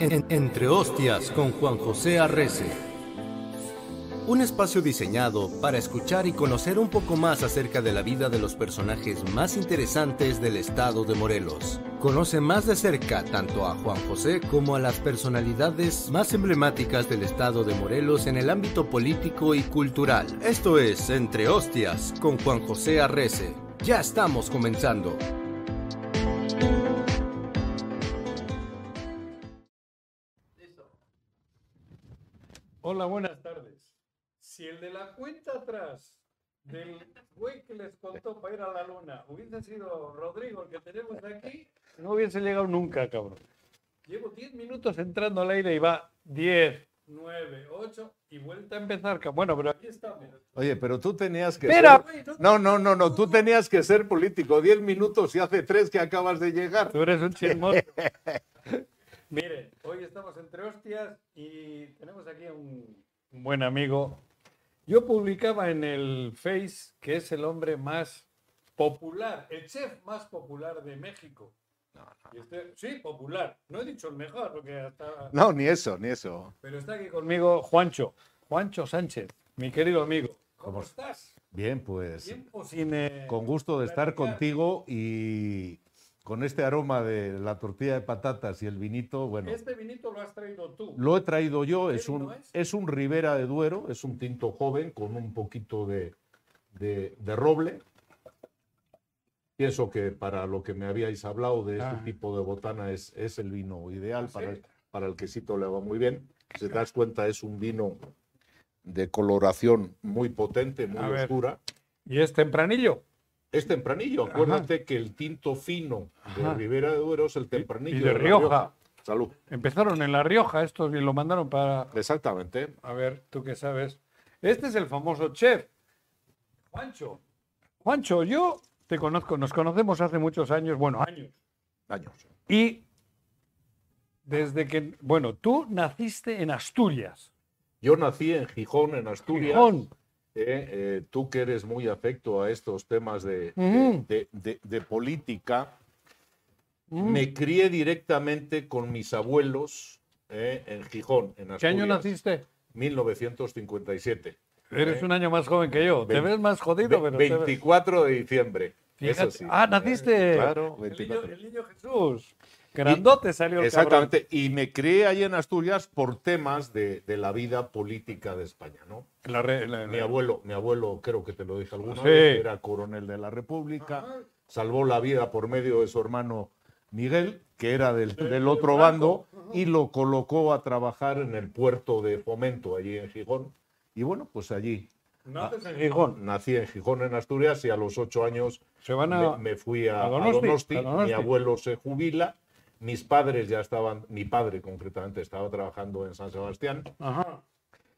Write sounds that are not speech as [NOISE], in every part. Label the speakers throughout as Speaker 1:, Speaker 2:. Speaker 1: en Entre Hostias con Juan José Arrece. Un espacio diseñado para escuchar y conocer un poco más acerca de la vida de los personajes más interesantes del estado de Morelos. Conoce más de cerca tanto a Juan José como a las personalidades más emblemáticas del estado de Morelos en el ámbito político y cultural. Esto es Entre Hostias con Juan José Arrece. Ya estamos comenzando.
Speaker 2: Hola, buenas tardes. Si el de la cuenta atrás del güey que les contó para ir a la luna hubiese sido Rodrigo, el que tenemos aquí, no hubiese llegado nunca, cabrón. Llevo 10 minutos entrando al aire y va 10, 9, 8 y vuelta a empezar. ca- Bueno, pero aquí estamos.
Speaker 3: Oye, pero tú tenías que.
Speaker 2: Espera,
Speaker 3: ser-
Speaker 2: güey, no-
Speaker 3: No, no, no, no. Tú tenías que ser político. Diez minutos y hace tres que acabas de llegar.
Speaker 2: Tú eres un [LAUGHS] chismoso. Mire, hoy estamos entre hostias y tenemos aquí a un, un buen amigo. Yo publicaba en el Face que es el hombre más popular, el chef más popular de México. Y usted- sí, popular. No he dicho el mejor, porque hasta...
Speaker 3: No, ni eso, ni eso.
Speaker 2: Pero está aquí conmigo Juancho, Juancho Sánchez, mi querido amigo. ¿Cómo
Speaker 3: ¿Cómo
Speaker 2: estás?
Speaker 3: Bien, pues.
Speaker 2: Tiempo sin... eh,
Speaker 3: Con gusto de estar
Speaker 2: platicar.
Speaker 3: contigo y con este aroma de la tortilla de patatas y el vinito, bueno.
Speaker 2: Este vinito lo has traído tú.
Speaker 3: Lo he traído yo,
Speaker 2: ¿Qué
Speaker 3: es
Speaker 2: vino
Speaker 3: un,
Speaker 2: es?
Speaker 3: es un Ribera de Duero, es un tinto joven con un poquito de, de, de roble. Pienso que para lo que me habíais hablado de este
Speaker 2: Ah.
Speaker 3: tipo de botana es, es el vino ideal,
Speaker 2: ¿Sí?
Speaker 3: para, el, para el quesito le va muy bien. Si te das cuenta, es un vino de coloración muy potente, muy
Speaker 2: A ver.
Speaker 3: oscura.
Speaker 2: Y es tempranillo.
Speaker 3: Es tempranillo, acuérdate que el tinto fino de
Speaker 2: Ajá.
Speaker 3: Ribera de Duero es el tempranillo.
Speaker 2: y de
Speaker 3: La
Speaker 2: Rioja.
Speaker 3: Salud.
Speaker 2: Empezaron en La Rioja estos y lo mandaron para...
Speaker 3: Exactamente.
Speaker 2: A ver, tú qué sabes. Este es el famoso chef. Juancho. Juancho, yo te conozco, nos conocemos hace muchos años, bueno, años.
Speaker 3: Años.
Speaker 2: Y desde que, bueno, tú naciste en Asturias.
Speaker 3: Yo nací en Gijón, en Asturias.
Speaker 2: Gijón.
Speaker 3: Eh, eh, tú que eres muy afecto a estos temas de,
Speaker 2: Ujú.
Speaker 3: de- de- de política,
Speaker 2: Mm.
Speaker 3: me crié directamente con mis abuelos eh, en Gijón, en Asturias.
Speaker 2: ¿Qué año naciste?
Speaker 3: 1957.
Speaker 2: Eres un año más joven que yo. Te
Speaker 3: Eh, Vein-
Speaker 2: ves más jodido,
Speaker 3: Ve-
Speaker 2: pero... te ves-
Speaker 3: 24 de diciembre.
Speaker 2: Fíjate.
Speaker 3: Eso sí.
Speaker 2: Ah, naciste.
Speaker 3: Claro,
Speaker 2: El niño,
Speaker 3: 24.
Speaker 2: el niño Jesús. Grandote salió el cabrón.
Speaker 3: Exactamente. Y me crié ahí en Asturias por temas de, de la vida política de España, ¿no?
Speaker 2: La re- la- la-
Speaker 3: Mi abuelo, mi abuelo, creo que te lo dije alguna
Speaker 2: Sí.
Speaker 3: vez, era coronel de la República, salvó la vida por medio de su hermano Miguel, que era del, del otro bando, y lo colocó a trabajar en el puerto de Fomento, allí en Gijón. Y bueno, pues allí Ah,
Speaker 2: Naces en Gijón.
Speaker 3: nací en Gijón, en Asturias, y a los ocho años
Speaker 2: Se van a.
Speaker 3: me, me fui a,
Speaker 2: a
Speaker 3: a
Speaker 2: Donosti,
Speaker 3: Donosti,
Speaker 2: a Donosti.
Speaker 3: mi abuelo se jubila, mis padres ya estaban, mi padre concretamente estaba trabajando en San Sebastián,
Speaker 2: Ajá.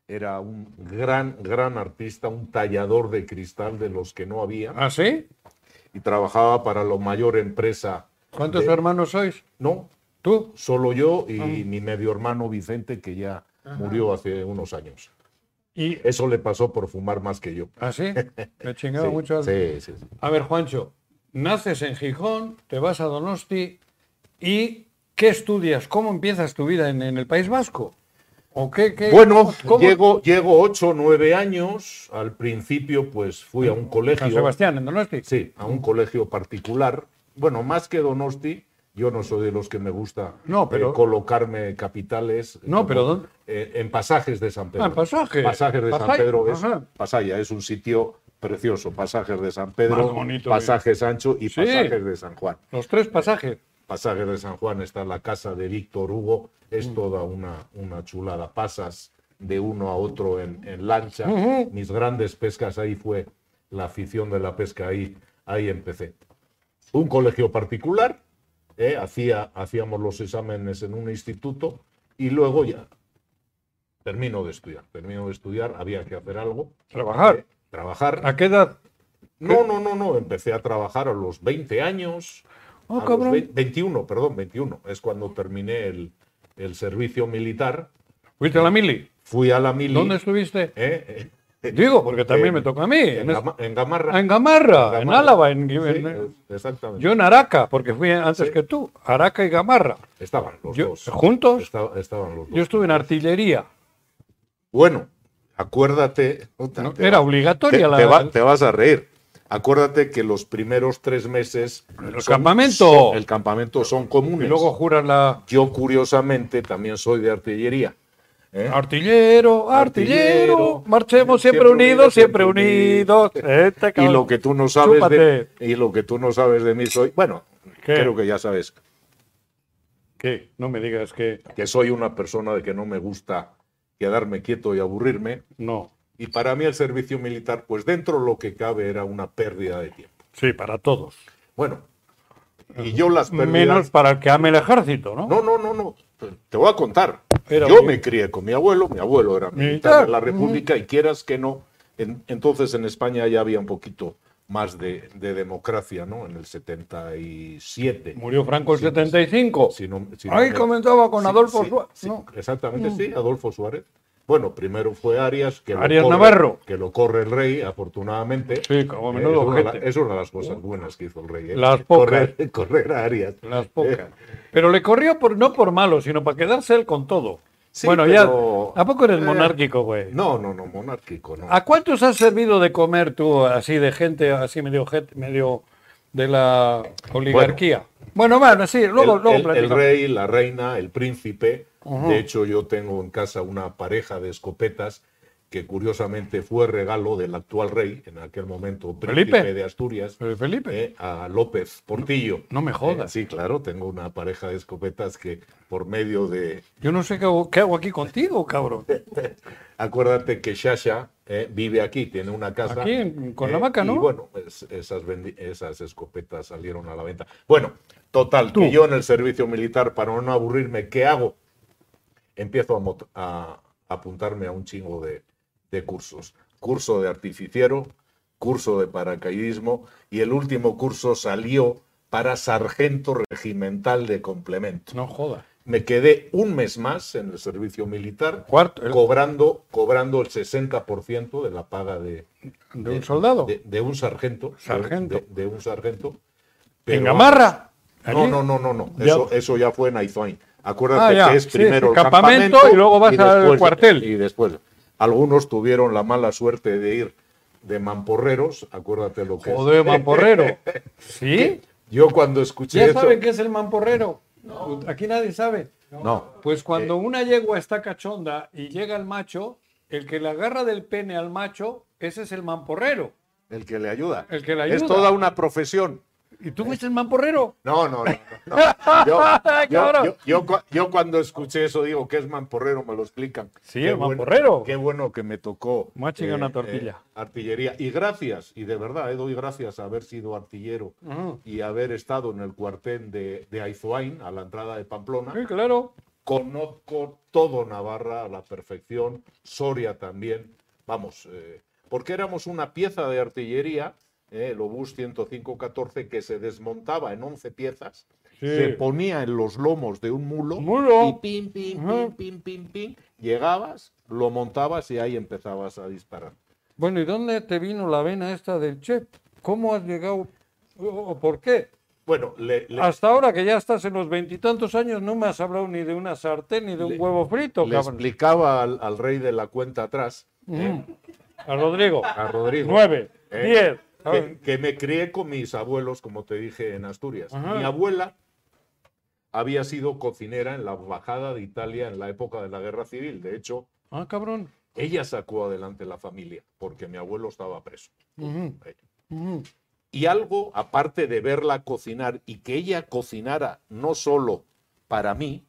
Speaker 3: era un gran, gran artista, un tallador de cristal de los que no había,
Speaker 2: ¿Ah, sí?
Speaker 3: y trabajaba para la mayor empresa.
Speaker 2: ¿Cuántos
Speaker 3: de-
Speaker 2: hermanos sois?
Speaker 3: No,
Speaker 2: ¿Tú?
Speaker 3: solo yo y
Speaker 2: Ah.
Speaker 3: mi medio hermano Vicente, que ya murió hace unos años.
Speaker 2: ¿Y
Speaker 3: Eso le pasó por fumar más que yo.
Speaker 2: así? ¿Ah, Me chingaba
Speaker 3: [LAUGHS] Sí,
Speaker 2: mucho. al-
Speaker 3: sí, sí, sí.
Speaker 2: A ver, Juancho, naces en Gijón, te vas a Donosti y ¿qué estudias? ¿Cómo empiezas tu vida en, en el País Vasco? ¿O qué? qué-
Speaker 3: Bueno,
Speaker 2: Eh, cómo-
Speaker 3: llego, llego 8 nueve años. Al principio, pues fui a un
Speaker 2: San
Speaker 3: colegio.
Speaker 2: Sebastián, en Donosti.
Speaker 3: Sí, a un colegio particular. Bueno, más que Donosti, yo no soy de los que me gusta
Speaker 2: No, pero-
Speaker 3: eh, colocarme capitales. eh,
Speaker 2: No, pero ¿dónde?
Speaker 3: eh, en pasajes de San Pedro.
Speaker 2: Ah, en pasajes.
Speaker 3: Pasajes de
Speaker 2: Pasai-
Speaker 3: San Pedro es
Speaker 2: ajá.
Speaker 3: Pasaya, es un sitio precioso. Pasajes de San Pedro,
Speaker 2: Más bonito, eh.
Speaker 3: pasajes ancho y
Speaker 2: Sí.
Speaker 3: pasajes de San Juan.
Speaker 2: Los tres pasajes.
Speaker 3: Pasajes de San Juan está la casa de Víctor Hugo,
Speaker 2: Mm.
Speaker 3: es toda una, una chulada. Pasas de uno a otro en, en lancha.
Speaker 2: Ujú.
Speaker 3: Mis grandes pescas ahí fue la afición de la pesca, ahí, ahí empecé. Un colegio particular, ¿eh? Hacía, hacíamos los exámenes en un instituto y luego ya termino de estudiar. Termino de estudiar, había que hacer algo.
Speaker 2: Trabajar.
Speaker 3: ¿eh? Trabajar.
Speaker 2: ¿A qué edad?
Speaker 3: No, no, no, no. Empecé a trabajar a los 20 años.
Speaker 2: Oh,
Speaker 3: a los
Speaker 2: cabrón.
Speaker 3: 20 21, perdón, 21. Es cuando terminé el, el servicio militar.
Speaker 2: ¿Fuiste a la mili?
Speaker 3: Fui a la mili.
Speaker 2: ¿Dónde estuviste?
Speaker 3: eh, eh,
Speaker 2: Digo, porque también me tocó a mí. En,
Speaker 3: En,
Speaker 2: es-
Speaker 3: Gama- en Gamarra.
Speaker 2: en Gamarra,
Speaker 3: Gamarra.
Speaker 2: en Álava, en,
Speaker 3: Sí,
Speaker 2: en-
Speaker 3: es- exactamente.
Speaker 2: yo en Araca, porque fui antes
Speaker 3: Sí.
Speaker 2: que tú. Araca y Gamarra.
Speaker 3: estaban los
Speaker 2: yo-
Speaker 3: dos.
Speaker 2: ¿juntos?
Speaker 3: Esta- estaban los dos.
Speaker 2: Yo estuve en artillería.
Speaker 3: Bueno, acuérdate.
Speaker 2: ¿no?
Speaker 3: te
Speaker 2: Era
Speaker 3: va-
Speaker 2: obligatoria
Speaker 3: te,
Speaker 2: la.
Speaker 3: te va- te vas a reír. Acuérdate que los primeros tres meses.
Speaker 2: El campamento.
Speaker 3: son- el campamento son comunes.
Speaker 2: y luego juras la.
Speaker 3: yo, curiosamente, también soy de artillería. ¿eh?
Speaker 2: Artillero, artillero,
Speaker 3: Artillero.
Speaker 2: marchemos siempre,
Speaker 3: Siempre
Speaker 2: unidos,
Speaker 3: unidos,
Speaker 2: siempre
Speaker 3: siempre
Speaker 2: unidos. Este
Speaker 3: Y
Speaker 2: cabrón.
Speaker 3: lo que tú no sabes de,
Speaker 2: Chúpate.
Speaker 3: y lo que tú no sabes de mí soy, bueno,
Speaker 2: ¿Qué?
Speaker 3: creo que ya sabes
Speaker 2: ¿Qué? No me digas que
Speaker 3: que soy una persona de que no me gusta quedarme quieto y aburrirme.
Speaker 2: no.
Speaker 3: Y para mí el servicio militar, pues dentro lo que cabe era una pérdida de tiempo.
Speaker 2: Sí, para todos.
Speaker 3: Bueno, y yo las pérdidas...
Speaker 2: Menos para el que ame el ejército, ¿no?
Speaker 3: No, no, no, no. Te voy a contar.
Speaker 2: Era
Speaker 3: yo
Speaker 2: mi-
Speaker 3: me crié con mi abuelo, mi abuelo era militar,
Speaker 2: Militar.
Speaker 3: de la República, y quieras que no, en- entonces en España ya había un poquito más de, de democracia, ¿no? En el 77.
Speaker 2: Murió Franco el
Speaker 3: Sí, sí.
Speaker 2: 75.
Speaker 3: Si no- si no
Speaker 2: Ahí
Speaker 3: me-
Speaker 2: comenzaba con
Speaker 3: Sí,
Speaker 2: Adolfo
Speaker 3: sí,
Speaker 2: Suárez.
Speaker 3: sí,
Speaker 2: No. Mm.
Speaker 3: Exactamente, sí, Adolfo Suárez. Bueno, primero fue Arias, que
Speaker 2: Arias Navarro.
Speaker 3: que lo corre el rey, afortunadamente.
Speaker 2: Sí, como
Speaker 3: Eh,
Speaker 2: menudo
Speaker 3: es, una de la-
Speaker 2: ojete.
Speaker 3: es una de las cosas buenas que hizo el rey. eh.
Speaker 2: Las
Speaker 3: correr, [LAUGHS] correr a Arias.
Speaker 2: Las pocas. Pero le corrió por, no por malo, sino para quedarse él con todo.
Speaker 3: Sí,
Speaker 2: bueno,
Speaker 3: pero-
Speaker 2: ya. ¿A poco eres
Speaker 3: eh,
Speaker 2: monárquico, güey?
Speaker 3: No, no, no, monárquico, no.
Speaker 2: ¿A cuántos has servido de comer tú así de gente, así medio gente, medio de la oligarquía? Bueno, bueno, sí, luego,
Speaker 3: el,
Speaker 2: luego
Speaker 3: el- el
Speaker 2: platicamos.
Speaker 3: rey, la reina, el príncipe.
Speaker 2: Ujú.
Speaker 3: De hecho, yo tengo en casa una pareja de escopetas que curiosamente fue regalo del actual rey, en aquel momento príncipe
Speaker 2: ¿Felipe?
Speaker 3: de Asturias,
Speaker 2: Eh, Felipe,
Speaker 3: eh, a López Portillo.
Speaker 2: no me
Speaker 3: Eh,
Speaker 2: jodas.
Speaker 3: sí, claro, tengo una pareja de escopetas que por medio de...
Speaker 2: Yo no sé qué hago, qué hago aquí contigo, cabrón.
Speaker 3: Acuérdate que Shasha eh, vive aquí, tiene una casa. eh,
Speaker 2: Aquí en Cuernavaca,
Speaker 3: y
Speaker 2: ¿no?
Speaker 3: bueno, es- esas, vendi- esas escopetas salieron a la venta. Bueno, total,
Speaker 2: Tú.
Speaker 3: que yo en el servicio militar, para no aburrirme, ¿qué hago? Empiezo a, mot- a apuntarme a un chingo de, de cursos. Curso de artificiero, curso de paracaidismo y el último curso salió para sargento regimental de complemento.
Speaker 2: No jodas.
Speaker 3: Me quedé un mes más en el servicio militar,
Speaker 2: Cuarto, el-
Speaker 3: cobrando, cobrando el 60% de la paga de,
Speaker 2: de un soldado.
Speaker 3: de, de un sargento. de-
Speaker 2: Oh. Sargento.
Speaker 3: De, de un sargento.
Speaker 2: en
Speaker 3: Pero-
Speaker 2: Gamarra.
Speaker 3: No,
Speaker 2: allí.
Speaker 3: no, no, no, no.
Speaker 2: Ya.
Speaker 3: Eso, eso ya fue en Aizoin. Acuérdate
Speaker 2: Ah, ya.
Speaker 3: que es
Speaker 2: Sí,
Speaker 3: primero el
Speaker 2: campamento
Speaker 3: campamento,
Speaker 2: y luego vas al
Speaker 3: después-
Speaker 2: cuartel.
Speaker 3: Y después. Algunos tuvieron la mala suerte de ir de mamporreros. Acuérdate lo que es.
Speaker 2: Joder,
Speaker 3: [LAUGHS]
Speaker 2: mamporrero. ¿Sí?
Speaker 3: Yo cuando escuché
Speaker 2: ¿Ya
Speaker 3: eso.
Speaker 2: saben qué es el mamporrero? Aquí nadie sabe.
Speaker 3: No.
Speaker 2: Pues cuando una yegua está cachonda y llega el macho, el que le agarra del pene al macho, ese es el mamporrero.
Speaker 3: El que le ayuda.
Speaker 2: El que le
Speaker 3: Es
Speaker 2: ayuda.
Speaker 3: toda una profesión.
Speaker 2: ¿Y tú fuiste el mamporrero?
Speaker 3: No, no, no. no, no.
Speaker 2: [LAUGHS]
Speaker 3: Yo,
Speaker 2: Ay,
Speaker 3: yo-
Speaker 2: cabrón.
Speaker 3: yo- yo cu- yo cuando escuché eso digo que es mamporrero, me lo explican.
Speaker 2: Sí,
Speaker 3: Qué
Speaker 2: el
Speaker 3: bueno-
Speaker 2: mamporrero.
Speaker 3: qué bueno que me tocó. eh,
Speaker 2: Me ha chingado una tortilla.
Speaker 3: artillería. Y gracias, y de verdad, eh, doy gracias a haber sido artillero
Speaker 2: Ujú.
Speaker 3: y haber estado en el cuartel de, de Aizoain, a la entrada de Pamplona.
Speaker 2: Sí, claro.
Speaker 3: Conozco todo Navarra a la perfección, Soria también. Vamos, eh, porque éramos una pieza de artillería, eh, el obús 105-14, que se desmontaba en 11 piezas,
Speaker 2: Sí.
Speaker 3: se ponía en los lomos de un mulo,
Speaker 2: Mulo.
Speaker 3: y pim, pim,
Speaker 2: Ajá.
Speaker 3: pim, pim, pim, pim, llegabas, lo montabas y ahí empezabas a disparar.
Speaker 2: Bueno, ¿y dónde te vino la vena esta del chef? ¿Cómo has llegado? ¿O o por qué?
Speaker 3: Bueno, le, le-
Speaker 2: Hasta ahora que ya estás en los veintitantos años, no me has hablado ni de una sartén ni de un
Speaker 3: Le-
Speaker 2: huevo frito,
Speaker 3: le
Speaker 2: cabrón.
Speaker 3: explicaba al, al rey de la cuenta atrás, eh,
Speaker 2: A Rodrigo.
Speaker 3: a Rodrigo.
Speaker 2: Nueve,
Speaker 3: Ah, Eh,
Speaker 2: diez. a
Speaker 3: que,
Speaker 2: ver,
Speaker 3: que me crié con mis abuelos, como te dije, en Asturias.
Speaker 2: Ajá.
Speaker 3: Mi abuela había sido cocinera en la bajada de Italia en la época de la guerra civil. De hecho,
Speaker 2: Ah, cabrón.
Speaker 3: ella sacó adelante la familia porque mi abuelo estaba preso.
Speaker 2: Ujú,
Speaker 3: Eh,
Speaker 2: ujú.
Speaker 3: Y algo, aparte de verla cocinar y que ella cocinara no solo para mí,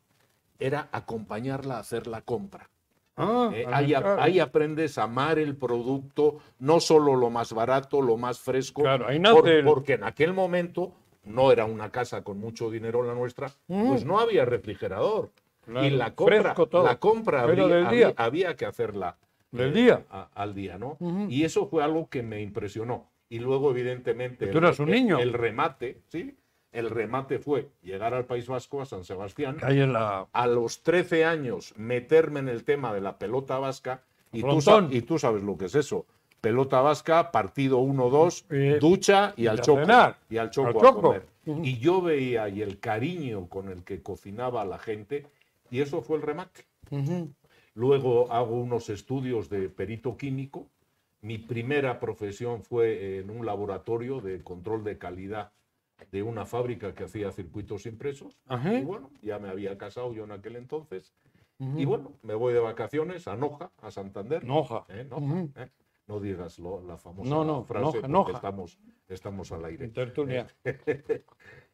Speaker 3: era acompañarla a hacer la compra.
Speaker 2: Ah,
Speaker 3: Eh,
Speaker 2: al
Speaker 3: ahí, a-
Speaker 2: mercado.
Speaker 3: ahí aprendes a amar el producto, no solo lo más barato, lo más fresco.
Speaker 2: Claro, ahí nace el-
Speaker 3: Porque en aquel momento no era una casa con mucho dinero la nuestra,
Speaker 2: Mm.
Speaker 3: pues no había refrigerador.
Speaker 2: Claro,
Speaker 3: y la compra,
Speaker 2: fresco todo.
Speaker 3: la compra
Speaker 2: Pero
Speaker 3: habría-
Speaker 2: del
Speaker 3: había,
Speaker 2: día.
Speaker 3: había que hacerla
Speaker 2: Del
Speaker 3: eh,
Speaker 2: día.
Speaker 3: a- al día, ¿no?
Speaker 2: Ujú.
Speaker 3: Y eso fue algo que me impresionó. Y luego, evidentemente,
Speaker 2: Tú eras un
Speaker 3: el-
Speaker 2: niño.
Speaker 3: el remate, ¿sí? El remate fue llegar al País Vasco, a San Sebastián,
Speaker 2: Ahí es la.
Speaker 3: a los 13 años meterme en el tema de la pelota vasca Y tú, sa-
Speaker 2: Frontón.
Speaker 3: y tú sabes lo que es eso. Pelota vasca, partido 1-2,
Speaker 2: Eh,
Speaker 3: ducha y al
Speaker 2: a
Speaker 3: choco.
Speaker 2: cenar.
Speaker 3: Y al choco,
Speaker 2: Al
Speaker 3: a
Speaker 2: choco.
Speaker 3: comer.
Speaker 2: Ujú.
Speaker 3: Y yo veía y el cariño con el que cocinaba la gente, y eso fue el remate. Luego hago unos estudios de perito químico. Mi primera profesión fue en un laboratorio de control de calidad de una fábrica que hacía circuitos impresos.
Speaker 2: Ajá.
Speaker 3: Y bueno, ya me había casado yo en aquel entonces. Y bueno, me voy de vacaciones a Noja, a Santander.
Speaker 2: Noja.
Speaker 3: Eh, Noja,
Speaker 2: Ujú.
Speaker 3: eh. No digas lo- la famosa
Speaker 2: No, no,
Speaker 3: frase
Speaker 2: Noja,
Speaker 3: porque
Speaker 2: Noja.
Speaker 3: Estamos, estamos al aire.
Speaker 2: En tertulia. [LAUGHS]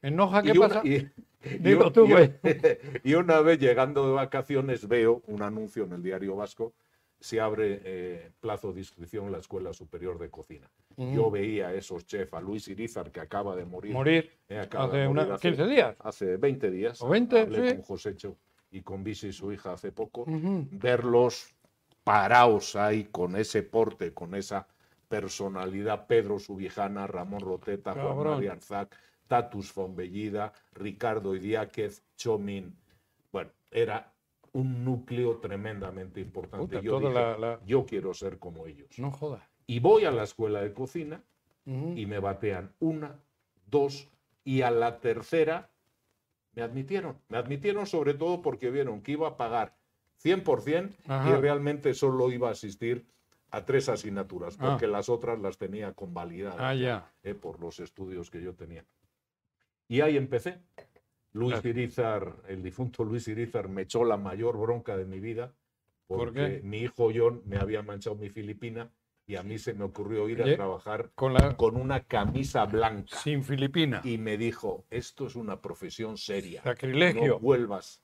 Speaker 2: ¿Enoja qué
Speaker 3: Y una-
Speaker 2: pasa?
Speaker 3: y- y
Speaker 2: Digo
Speaker 3: un-
Speaker 2: tú,
Speaker 3: y un-
Speaker 2: güey.
Speaker 3: [LAUGHS] y una vez llegando de vacaciones veo un anuncio en el diario vasco, se abre eh, plazo de inscripción en la Escuela Superior de Cocina. Yo veía a esos chefs, a Luis Irizar que acaba de morir.
Speaker 2: Mm. Morir
Speaker 3: eh, acaba de
Speaker 2: hace
Speaker 3: morir
Speaker 2: una-
Speaker 3: hace-
Speaker 2: 15 días.
Speaker 3: Hace 20 días.
Speaker 2: O 20,
Speaker 3: hablé
Speaker 2: sí.
Speaker 3: con José Cho y con Bisi, su hija, hace poco.
Speaker 2: Ujú.
Speaker 3: Verlos paraos ahí con ese porte, con esa personalidad. Pedro Subijana, Ramón Roteta, Juan
Speaker 2: Cabrón.
Speaker 3: María Arzac, Tatus Fonbellida, Ricardo Idiáquez, Chomín. Bueno, era un núcleo tremendamente importante.
Speaker 2: Puta,
Speaker 3: yo
Speaker 2: toda
Speaker 3: dije,
Speaker 2: la- la-
Speaker 3: yo quiero ser como ellos.
Speaker 2: No jodas.
Speaker 3: Y voy a la escuela de cocina
Speaker 2: Ujú.
Speaker 3: y me batean una, dos y a la tercera me admitieron. Me admitieron sobre todo porque vieron que iba a pagar 100% y
Speaker 2: Ajá.
Speaker 3: realmente solo iba a asistir a tres asignaturas
Speaker 2: Ah.
Speaker 3: porque las otras las tenía convalidadas
Speaker 2: Ah, ya.
Speaker 3: eh, por los estudios que yo tenía. Y ahí empecé. Luis
Speaker 2: Claro.
Speaker 3: Irizar, el difunto Luis Irizar, me echó la mayor bronca de mi vida
Speaker 2: ¿Por
Speaker 3: porque
Speaker 2: qué?
Speaker 3: mi hijo John me había manchado mi filipina y a mí se me ocurrió ir
Speaker 2: Oye.
Speaker 3: a trabajar
Speaker 2: Con la...
Speaker 3: con una camisa blanca
Speaker 2: Sin Filipina.
Speaker 3: y me dijo, esto es una profesión seria, no
Speaker 2: Sacrilegio.
Speaker 3: vuelvas.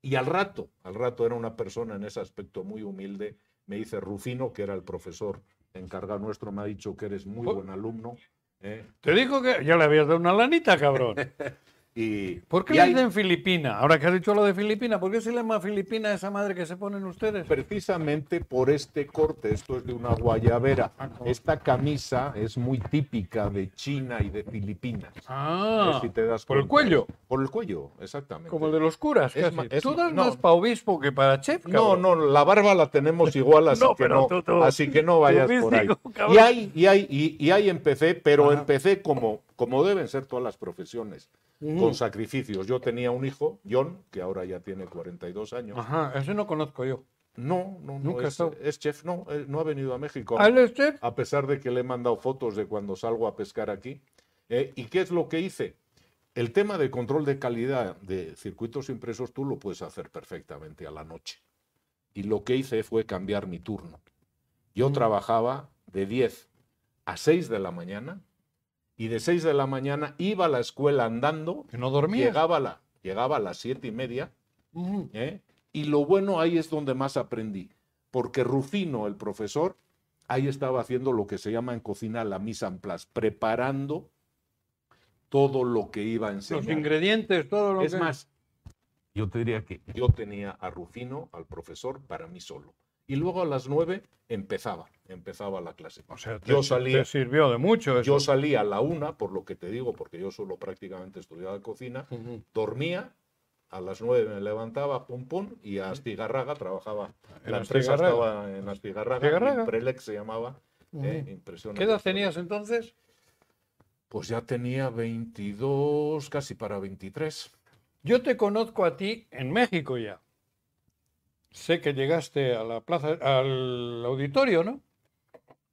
Speaker 3: Y al rato, al rato era una persona en ese aspecto muy humilde, me dice Rufino, que era el profesor encargado nuestro, me ha dicho que eres muy
Speaker 2: Oh.
Speaker 3: buen alumno. ¿eh?
Speaker 2: Te dijo que ya le habías dado una lanita, cabrón.
Speaker 3: [LAUGHS] Y,
Speaker 2: ¿Por qué
Speaker 3: y
Speaker 2: le
Speaker 3: ahí,
Speaker 2: dicen Filipina? Ahora que has dicho lo de Filipina, ¿por qué se le llama Filipina a esa madre que se ponen ustedes?
Speaker 3: precisamente por este corte, esto es de una guayabera,
Speaker 2: Ah,
Speaker 3: esta camisa es muy típica de China y de Filipinas.
Speaker 2: ah,
Speaker 3: Eh, si te das
Speaker 2: por el
Speaker 3: cuenta.
Speaker 2: cuello.
Speaker 3: Por el cuello, exactamente.
Speaker 2: Como el de los curas,
Speaker 3: Es
Speaker 2: casi.
Speaker 3: ma- es
Speaker 2: tú
Speaker 3: ma-
Speaker 2: das
Speaker 3: no.
Speaker 2: más para obispo que para chef,
Speaker 3: No, no, la barba la tenemos igual, así,
Speaker 2: [LAUGHS] No,
Speaker 3: que,
Speaker 2: pero
Speaker 3: no,
Speaker 2: tú- tú-
Speaker 3: así que no vayas
Speaker 2: [LAUGHS]
Speaker 3: por ahí.
Speaker 2: místico, cabrón.
Speaker 3: Y ahí, y ahí, y, y ahí empecé, pero
Speaker 2: Ajá.
Speaker 3: empecé como, como deben ser todas las profesiones,
Speaker 2: Mm.
Speaker 3: con sacrificios. Yo tenía un hijo, John, que ahora ya tiene 42 años.
Speaker 2: Ajá, ese no conozco yo.
Speaker 3: No, no, no,
Speaker 2: Nunca ha
Speaker 3: es,
Speaker 2: estado.
Speaker 3: es chef, no, él no ha venido a México.
Speaker 2: ¿Al este?
Speaker 3: A pesar de que le he mandado fotos de cuando salgo a pescar aquí. Eh, ¿Y qué es lo que hice? El tema de control de calidad de circuitos impresos tú lo puedes hacer perfectamente a la noche. Y lo que hice fue cambiar mi turno. Yo trabajaba de 10 a 6 de la mañana y de 6 de la mañana iba a la escuela andando,
Speaker 2: Que no dormía.
Speaker 3: llegaba a, la- llegaba a las 7 y media
Speaker 2: Ujú.
Speaker 3: ¿eh? Y lo bueno ahí es donde más aprendí, porque Rufino, el profesor, ahí estaba haciendo lo que se llama en cocina la mise en place, preparando todo lo que iba a
Speaker 2: Los
Speaker 3: enseñar.
Speaker 2: ingredientes, todo lo
Speaker 3: Es
Speaker 2: que...
Speaker 3: más, yo te diría que yo tenía a Rufino, al profesor, para mí solo. Y luego a las nueve empezaba, empezaba la clase.
Speaker 2: O sea, te,
Speaker 3: yo salía,
Speaker 2: te sirvió de mucho eso.
Speaker 3: yo salía a la una, por lo que te digo, porque yo solo prácticamente estudiaba cocina,
Speaker 2: Ujú.
Speaker 3: dormía, a las 9 me levantaba, pum pum, y a Astigarraga trabajaba.
Speaker 2: En
Speaker 3: la empresa
Speaker 2: Astigarraga.
Speaker 3: estaba en Astigarraga,
Speaker 2: Astigarraga.
Speaker 3: Imprelex se llamaba. eh,
Speaker 2: Ujú.
Speaker 3: impresionante.
Speaker 2: ¿Qué edad tenías entonces?
Speaker 3: Pues ya tenía 22, casi para 23.
Speaker 2: Yo te conozco a ti en México ya. Sé que llegaste a la plaza, al auditorio, ¿no?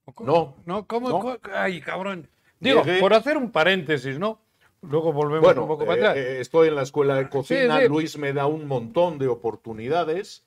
Speaker 2: ¿O cómo?
Speaker 3: No,
Speaker 2: No, ¿cómo?
Speaker 3: no.
Speaker 2: cómo? Ay, cabrón. Digo,
Speaker 3: Llegué-
Speaker 2: por hacer un paréntesis, ¿no? Luego volvemos un
Speaker 3: Bueno,
Speaker 2: poco para
Speaker 3: eh,
Speaker 2: atrás.
Speaker 3: eh, estoy en la escuela de cocina,
Speaker 2: sí.
Speaker 3: Luis me da un montón de oportunidades,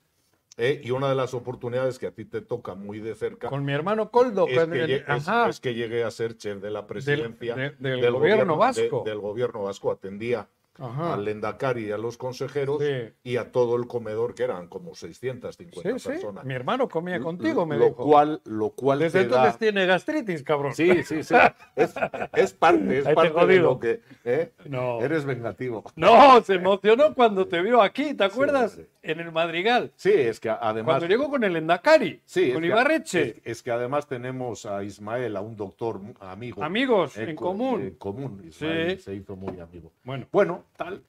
Speaker 3: eh, y una de las oportunidades que a ti te toca muy de cerca
Speaker 2: Con mi hermano Coldo.
Speaker 3: es
Speaker 2: con
Speaker 3: que,
Speaker 2: el-
Speaker 3: lle- es-
Speaker 2: ajá.
Speaker 3: es que llegué a ser chef de la presidencia
Speaker 2: de- del gobierno vasco.
Speaker 3: del gobierno vasco, atendía
Speaker 2: Ajá.
Speaker 3: al Endacari y a los consejeros
Speaker 2: Ah. Sí.
Speaker 3: y a todo el comedor, que eran como 650
Speaker 2: Sí, sí.
Speaker 3: personas.
Speaker 2: Mi hermano comía contigo, me
Speaker 3: pues, lo
Speaker 2: dijo.
Speaker 3: Cual, lo cual
Speaker 2: Desde
Speaker 3: te da-
Speaker 2: entonces tiene gastritis, cabrón.
Speaker 3: Sí, sí, sí. Es, es parte, es
Speaker 2: Ahí te
Speaker 3: parte de
Speaker 2: jodido.
Speaker 3: lo que... ¿eh?
Speaker 2: No.
Speaker 3: Eres vengativo.
Speaker 2: No, se emocionó cuando te vio aquí, ¿te acuerdas?
Speaker 3: sí.
Speaker 2: En el Madrigal.
Speaker 3: Sí, es que además...
Speaker 2: Cuando llegó con el Endacari,
Speaker 3: Sí,
Speaker 2: con
Speaker 3: es que-
Speaker 2: Ibarreche.
Speaker 3: es- es que además tenemos a Ismael, a un doctor mu- amigo.
Speaker 2: Amigos,
Speaker 3: Eh,
Speaker 2: en
Speaker 3: co-
Speaker 2: común.
Speaker 3: eh, común, Ismael
Speaker 2: Sí.
Speaker 3: se hizo muy amigo.
Speaker 2: Bueno,
Speaker 3: Bueno, tal.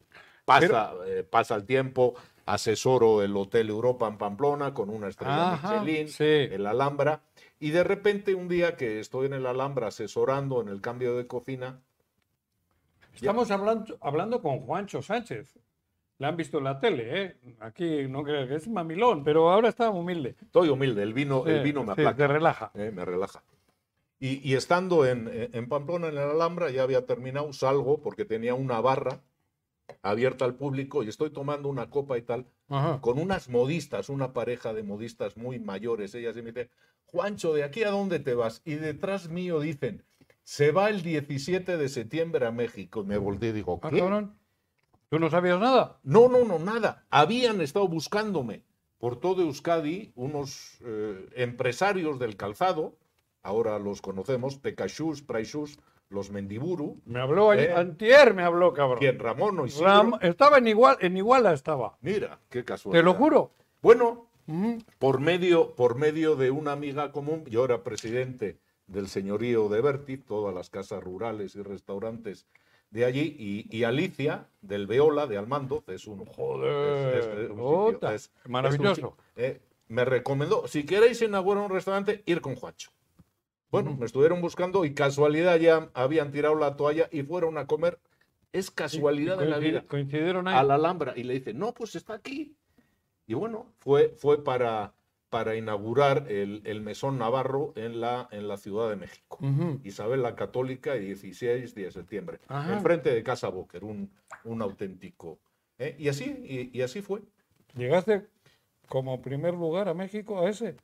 Speaker 3: Pasa, eh, pasa el tiempo, asesoro el Hotel Europa en Pamplona con una estrella
Speaker 2: Ajá,
Speaker 3: Michelin,
Speaker 2: sí.
Speaker 3: el Alhambra. Y de repente, un día que estoy en el Alhambra asesorando en el cambio de cocina,
Speaker 2: Estamos hablando, hablando con Juancho Sánchez. Le han visto en la tele, ¿eh? Aquí no creo que es mamilón, pero ahora está humilde.
Speaker 3: estoy humilde, el vino, el
Speaker 2: Sí,
Speaker 3: vino me
Speaker 2: sí,
Speaker 3: aplaca.
Speaker 2: Te relaja.
Speaker 3: Eh, me relaja. Y, y estando en, en Pamplona, en la Alhambra, ya había terminado, salgo porque tenía una barra abierta al público y estoy tomando una copa y tal,
Speaker 2: Ajá.
Speaker 3: con unas modistas, una pareja de modistas muy mayores. Ellas y me dicen, Juancho, ¿de aquí a dónde te vas? Y detrás mío dicen, se va el 17 de septiembre a México. Y me volteé y digo,
Speaker 2: Ah,
Speaker 3: ¿qué?
Speaker 2: cabrón. ¿Tú no sabías nada?
Speaker 3: No, no, no, nada. Habían estado buscándome por todo Euskadi unos eh, empresarios del calzado, ahora los conocemos, Pecashus, Praishus, los Mendiburu,
Speaker 2: Me habló ayer-
Speaker 3: Eh.
Speaker 2: antier, me habló, cabrón.
Speaker 3: quien Ramón o Isidro.
Speaker 2: Ram- estaba en igual, en Iguala estaba.
Speaker 3: Pues Mira, qué
Speaker 2: Te
Speaker 3: casualidad.
Speaker 2: lo juro.
Speaker 3: Bueno,
Speaker 2: Mm.
Speaker 3: por medio, por medio de una amiga común, yo era presidente del señorío de Berti, todas las casas rurales y restaurantes de allí, y, y Alicia del Beola, de Almandoz, es un,
Speaker 2: Joder,
Speaker 3: es- es- es un sitio-
Speaker 2: otra.
Speaker 3: es- es un
Speaker 2: Maravilloso.
Speaker 3: sitio- eh, me recomendó, si queréis inaugurar un restaurante, ir con Juancho. Bueno, me estuvieron buscando y casualidad ya habían tirado la toalla y fueron a comer. Es casualidad de la
Speaker 2: Coincid-
Speaker 3: vida
Speaker 2: Coincidieron ahí.
Speaker 3: a la Alhambra y le dice, no, pues está aquí. Y bueno, fue, fue para, para inaugurar el, el Mesón Navarro en la, en la Ciudad de México.
Speaker 2: Ujú.
Speaker 3: Isabel la Católica, 16 de septiembre,
Speaker 2: Ajá.
Speaker 3: enfrente de Casa Boker, un, un auténtico. ¿eh? Y, así, y, y así fue.
Speaker 2: Llegaste como primer lugar a México, a ese.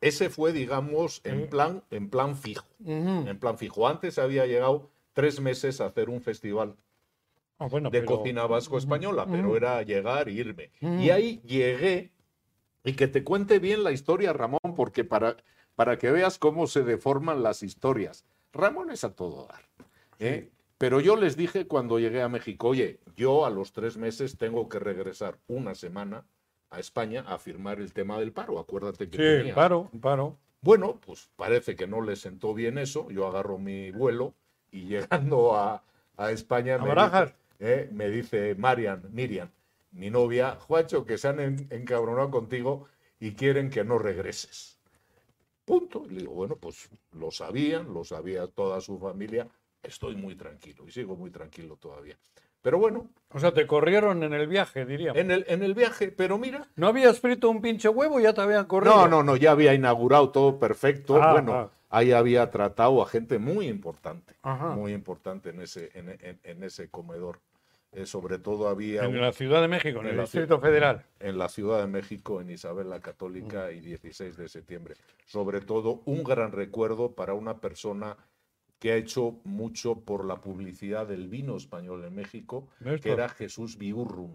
Speaker 3: Ese fue, digamos, en plan, en plan fijo.
Speaker 2: Ujú.
Speaker 3: En plan fijo. Antes había llegado tres meses a hacer un festival
Speaker 2: Ah, bueno,
Speaker 3: de
Speaker 2: pero-
Speaker 3: cocina vasco-española, pero era llegar e irme.
Speaker 2: Mm.
Speaker 3: Y ahí llegué, y que te cuente bien la historia, Ramón, porque para, para que veas cómo se deforman las historias. Ramón es a todo dar. ¿eh? Pero yo les dije cuando llegué a México, oye, yo a los tres meses tengo que regresar una semana a España a firmar el tema del paro. Acuérdate que
Speaker 2: Sí,
Speaker 3: tenía.
Speaker 2: paro, paro.
Speaker 3: Bueno, pues parece que no le sentó bien eso. Yo agarro mi vuelo y [LAUGHS] llegando a, a España
Speaker 2: A
Speaker 3: me
Speaker 2: Barajas.
Speaker 3: dice, eh, me dice Marian, Miriam, mi novia, Juancho, que se han en- encabronado contigo y quieren que no regreses. Punto. Y le digo, bueno, pues lo sabían, lo sabía toda su familia. Estoy muy tranquilo y sigo muy tranquilo todavía. Pero bueno,
Speaker 2: O sea, te corrieron en el viaje, diríamos.
Speaker 3: en el, en el viaje, pero mira,
Speaker 2: No habías frito un pinche huevo y ya te habían corrido.
Speaker 3: No, no, no, ya había inaugurado todo perfecto.
Speaker 2: Ah,
Speaker 3: bueno,
Speaker 2: ah.
Speaker 3: ahí había tratado a gente muy importante,
Speaker 2: Ajá.
Speaker 3: muy importante en ese, en, en- en ese comedor. Eh, sobre todo había un-
Speaker 2: En la Ciudad de México, en,
Speaker 3: En
Speaker 2: el
Speaker 3: la
Speaker 2: Distrito Federal.
Speaker 3: en la Ciudad de México, en Isabel la Católica y 16 de septiembre. Sobre todo, un gran recuerdo para una persona que ha hecho mucho por la publicidad del vino español en México, que
Speaker 2: Néstor.
Speaker 3: era Jesús Biurrum.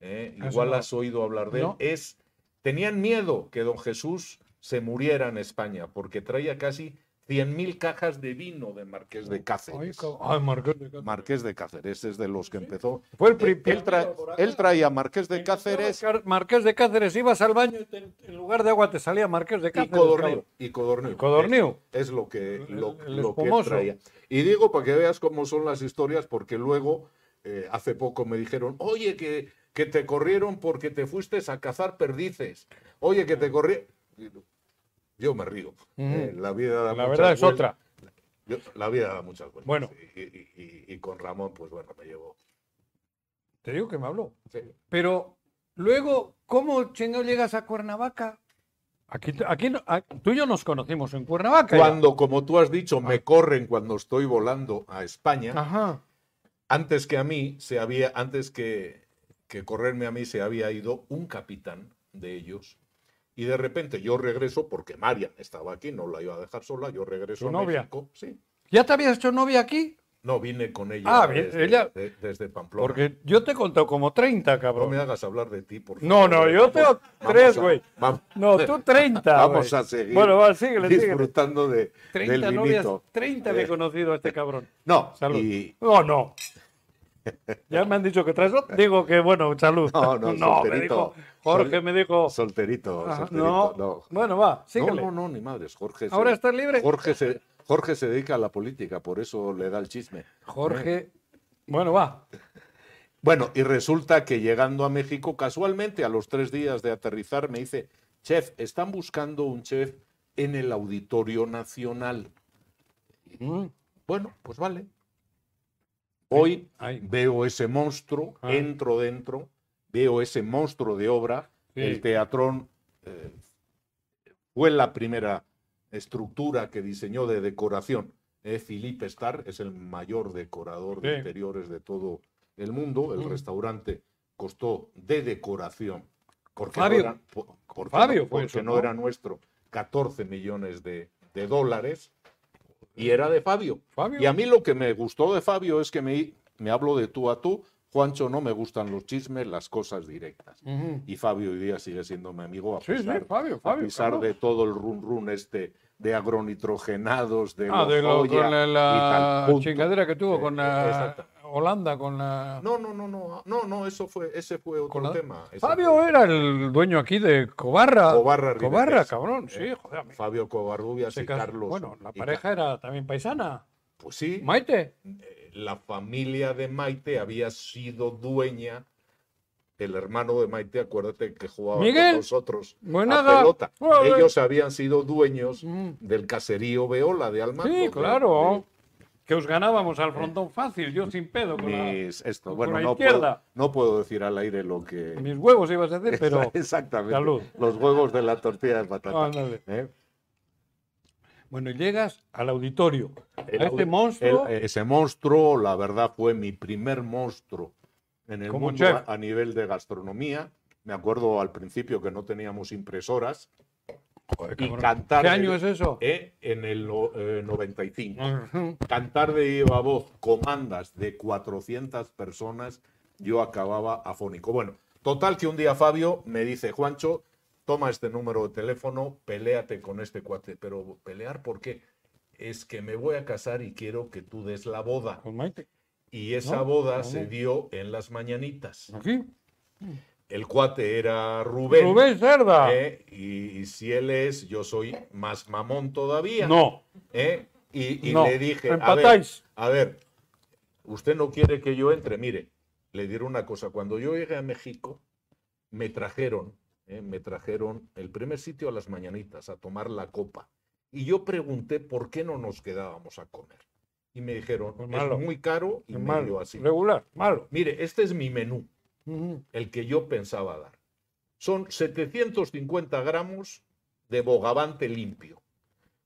Speaker 3: ¿eh?
Speaker 2: Ah, eso
Speaker 3: Igual
Speaker 2: no.
Speaker 3: has oído hablar de
Speaker 2: No.
Speaker 3: él. Es, tenían miedo que don Jesús se muriera en España, porque traía casi 100.000 cajas de vino de Marqués de
Speaker 2: Ay,
Speaker 3: Cáceres.
Speaker 2: cab- ay, Marcos de Cáceres.
Speaker 3: Marqués de Cáceres es de los que empezó.
Speaker 2: Fue el
Speaker 3: Él,
Speaker 2: primer.
Speaker 3: tra- él traía Marqués de Cáceres
Speaker 2: Car- Marqués de Cáceres, ibas al baño y te- en lugar de agua te salía Marqués de
Speaker 3: y
Speaker 2: Cáceres.
Speaker 3: codornil
Speaker 2: cabrón.
Speaker 3: y codornil.
Speaker 2: Codornil.
Speaker 3: Es, es lo que
Speaker 2: El-
Speaker 3: lo,
Speaker 2: el
Speaker 3: lo que
Speaker 2: espumoso.
Speaker 3: traía. Y digo para que veas cómo son las historias, porque luego eh, hace poco me dijeron, oye, que, que te corrieron porque te fuiste a cazar perdices. Oye, que te
Speaker 2: Mm.
Speaker 3: corrieron. Yo me río. Eh, la vida da
Speaker 2: La
Speaker 3: muchas
Speaker 2: verdad es
Speaker 3: vuel-
Speaker 2: otra.
Speaker 3: yo- la vida da muchas vueltas.
Speaker 2: Bueno.
Speaker 3: Y, y- y- y con Ramón, pues bueno, me llevo.
Speaker 2: Te digo que me habló.
Speaker 3: Sí.
Speaker 2: Pero luego, ¿cómo chingado llegas a Cuernavaca? Aquí, aquí, no- a- tú y yo nos conocimos en Cuernavaca. ya.
Speaker 3: Cuando, como tú has dicho,
Speaker 2: Ah.
Speaker 3: me corren cuando estoy volando a España.
Speaker 2: Ajá.
Speaker 3: antes que a mí se había, antes que, que correrme a mí se había ido un capitán de ellos. Y de repente yo regreso porque Marian estaba aquí, no la iba a dejar sola, yo regreso
Speaker 2: ¿Tu
Speaker 3: a
Speaker 2: novia?
Speaker 3: México. Sí.
Speaker 2: ¿Ya te habías hecho novia aquí?
Speaker 3: No, vine con ella,
Speaker 2: Ah, bien,
Speaker 3: desde,
Speaker 2: ella-
Speaker 3: de- desde Pamplona.
Speaker 2: Porque yo te he contado como 30,
Speaker 3: No me
Speaker 2: cabrón.
Speaker 3: hagas hablar de ti, por
Speaker 2: No,
Speaker 3: favor.
Speaker 2: no, yo
Speaker 3: Vamos-
Speaker 2: tengo
Speaker 3: vamos
Speaker 2: tres,
Speaker 3: a-
Speaker 2: güey.
Speaker 3: vamos-
Speaker 2: No, tú 30.
Speaker 3: [LAUGHS] Vamos
Speaker 2: güey.
Speaker 3: a seguir
Speaker 2: Bueno, va, síguele, síguele.
Speaker 3: disfrutando de,
Speaker 2: 30
Speaker 3: del
Speaker 2: novias,
Speaker 3: vinito.
Speaker 2: 30 le he
Speaker 3: Eh,
Speaker 2: conocido a este cabrón.
Speaker 3: No,
Speaker 2: Salud.
Speaker 3: y-
Speaker 2: No, no. Ya me han dicho que traes otro. Digo que, bueno, salud. [LAUGHS]
Speaker 3: No, no,
Speaker 2: me
Speaker 3: solterito.
Speaker 2: dijo. Jorge
Speaker 3: Sol-
Speaker 2: me dijo.
Speaker 3: solterito,
Speaker 2: ah,
Speaker 3: solterito,
Speaker 2: no.
Speaker 3: no.
Speaker 2: Bueno, va, síguele.
Speaker 3: No, no, no, ni madres. Jorge se-
Speaker 2: Ahora estás libre.
Speaker 3: Jorge se, Jorge se dedica a la política, por eso le da el chisme.
Speaker 2: Jorge. Bueno, va.
Speaker 3: Bueno, y resulta que llegando a México, casualmente a los tres días de aterrizar, me dice, chef, están buscando un chef en el Auditorio Nacional. Mm, Bueno, pues vale. Hoy
Speaker 2: Ay.
Speaker 3: veo ese monstruo,
Speaker 2: Ah.
Speaker 3: entro dentro, veo ese monstruo de obra.
Speaker 2: Sí.
Speaker 3: El teatrón eh, fue la primera estructura que diseñó de decoración. Eh, Philippe Starr es el mayor decorador de
Speaker 2: Sí.
Speaker 3: interiores de todo el mundo. El
Speaker 2: Mm.
Speaker 3: restaurante costó de decoración. Porque
Speaker 2: Fabio.
Speaker 3: No era, po- porque
Speaker 2: Fabio
Speaker 3: no,
Speaker 2: fue
Speaker 3: porque
Speaker 2: eso,
Speaker 3: no
Speaker 2: ¿no?
Speaker 3: era nuestro. 14 millones de, de dólares. Y era de Fabio.
Speaker 2: Fabio.
Speaker 3: Y a mí lo que me gustó de Fabio es que me, me hablo de tú a tú. Juancho, no me gustan los chismes, las cosas directas.
Speaker 2: Ujú.
Speaker 3: Y Fabio hoy día sigue siendo mi amigo a
Speaker 2: Sí, sí,
Speaker 3: pesar,
Speaker 2: Fabio,
Speaker 3: a
Speaker 2: Fabio.
Speaker 3: pesar
Speaker 2: claro.
Speaker 3: de todo el run run este de agronitrogenados, de,
Speaker 2: Ah, de lo-
Speaker 3: Lozoya
Speaker 2: con la,
Speaker 3: y
Speaker 2: la
Speaker 3: tal, punto.
Speaker 2: chingadera que tuvo
Speaker 3: Eh,
Speaker 2: con la
Speaker 3: exacto.
Speaker 2: Holanda, con la...
Speaker 3: No, no, no, no, no, no, eso fue, ese fue otro
Speaker 2: Con la-
Speaker 3: tema. ese
Speaker 2: Fabio
Speaker 3: fue-
Speaker 2: era el dueño aquí de Cobarra.
Speaker 3: Cobarra Rivera.
Speaker 2: Cobarra, cabrón, sí, joder. a mí
Speaker 3: Fabio Covarrubias
Speaker 2: eh. se
Speaker 3: y
Speaker 2: cas-
Speaker 3: Carlos.
Speaker 2: bueno, la
Speaker 3: y
Speaker 2: pareja era también paisana.
Speaker 3: Car- Pues sí,
Speaker 2: Maite.
Speaker 3: eh, la familia de Maite había sido dueña. El hermano de Maite, acuérdate que jugaba
Speaker 2: Miguel Oh,
Speaker 3: con nosotros
Speaker 2: Buenaga.
Speaker 3: a pelota.
Speaker 2: Joder.
Speaker 3: Ellos habían sido dueños
Speaker 2: Mm.
Speaker 3: del caserío Veola de Almagro.
Speaker 2: Sí,
Speaker 3: de-
Speaker 2: claro. Que os ganábamos
Speaker 3: Eh.
Speaker 2: al frontón fácil, yo sin pedo. Con la-
Speaker 3: mis- esto.
Speaker 2: con
Speaker 3: Bueno,
Speaker 2: la
Speaker 3: no puedo,
Speaker 2: izquierda.
Speaker 3: no puedo decir al aire lo que.
Speaker 2: Mis huevos ibas a decir, pero...
Speaker 3: [LAUGHS] Exactamente.
Speaker 2: Salud.
Speaker 3: Los huevos de la tortilla de patata.
Speaker 2: Ándale.
Speaker 3: ¿eh?
Speaker 2: Bueno, y llegas al auditorio.
Speaker 3: El
Speaker 2: a este
Speaker 3: audi-
Speaker 2: monstruo.
Speaker 3: el- ese monstruo, la verdad, fue mi primer monstruo en el
Speaker 2: Como
Speaker 3: mundo
Speaker 2: chef.
Speaker 3: a, a nivel de gastronomía. Me acuerdo al principio que no teníamos impresoras.
Speaker 2: Joder,
Speaker 3: Y
Speaker 2: cabrón.
Speaker 3: cantar
Speaker 2: ¿Qué
Speaker 3: de-
Speaker 2: año es eso?
Speaker 3: ¿eh? En el no- eh, 95.
Speaker 2: Ujú.
Speaker 3: Cantar de viva voz comandas de 400 personas, yo acababa afónico. Bueno, total que un día Fabio me dice, Juancho, toma este número de teléfono, peléate con este cuate. Pero pelear, ¿por qué? Es que me voy a casar y quiero que tú des la boda.
Speaker 2: Con Maite.
Speaker 3: Y esa
Speaker 2: No,
Speaker 3: boda
Speaker 2: no,
Speaker 3: se
Speaker 2: no.
Speaker 3: dio en las mañanitas.
Speaker 2: Aquí.
Speaker 3: El cuate era Rubén.
Speaker 2: Rubén Cerda.
Speaker 3: ¿eh? Y, y si él es, yo soy más mamón todavía.
Speaker 2: No.
Speaker 3: ¿eh? Y, y
Speaker 2: No,
Speaker 3: le dije, a ver,
Speaker 2: empatáis.
Speaker 3: a ver, usted no quiere que yo entre. Mire, le diré una cosa. Cuando yo llegué a México, me trajeron, ¿eh? me trajeron el primer sitio a las mañanitas a tomar la copa. Y yo pregunté por qué no nos quedábamos a comer. Y me dijeron,
Speaker 2: Pues malo.
Speaker 3: es muy caro y medio
Speaker 2: Malo.
Speaker 3: así.
Speaker 2: Regular. Malo.
Speaker 3: Mire, este es mi menú,
Speaker 2: Ujú.
Speaker 3: el que yo pensaba dar. Son 750 gramos de bogavante limpio,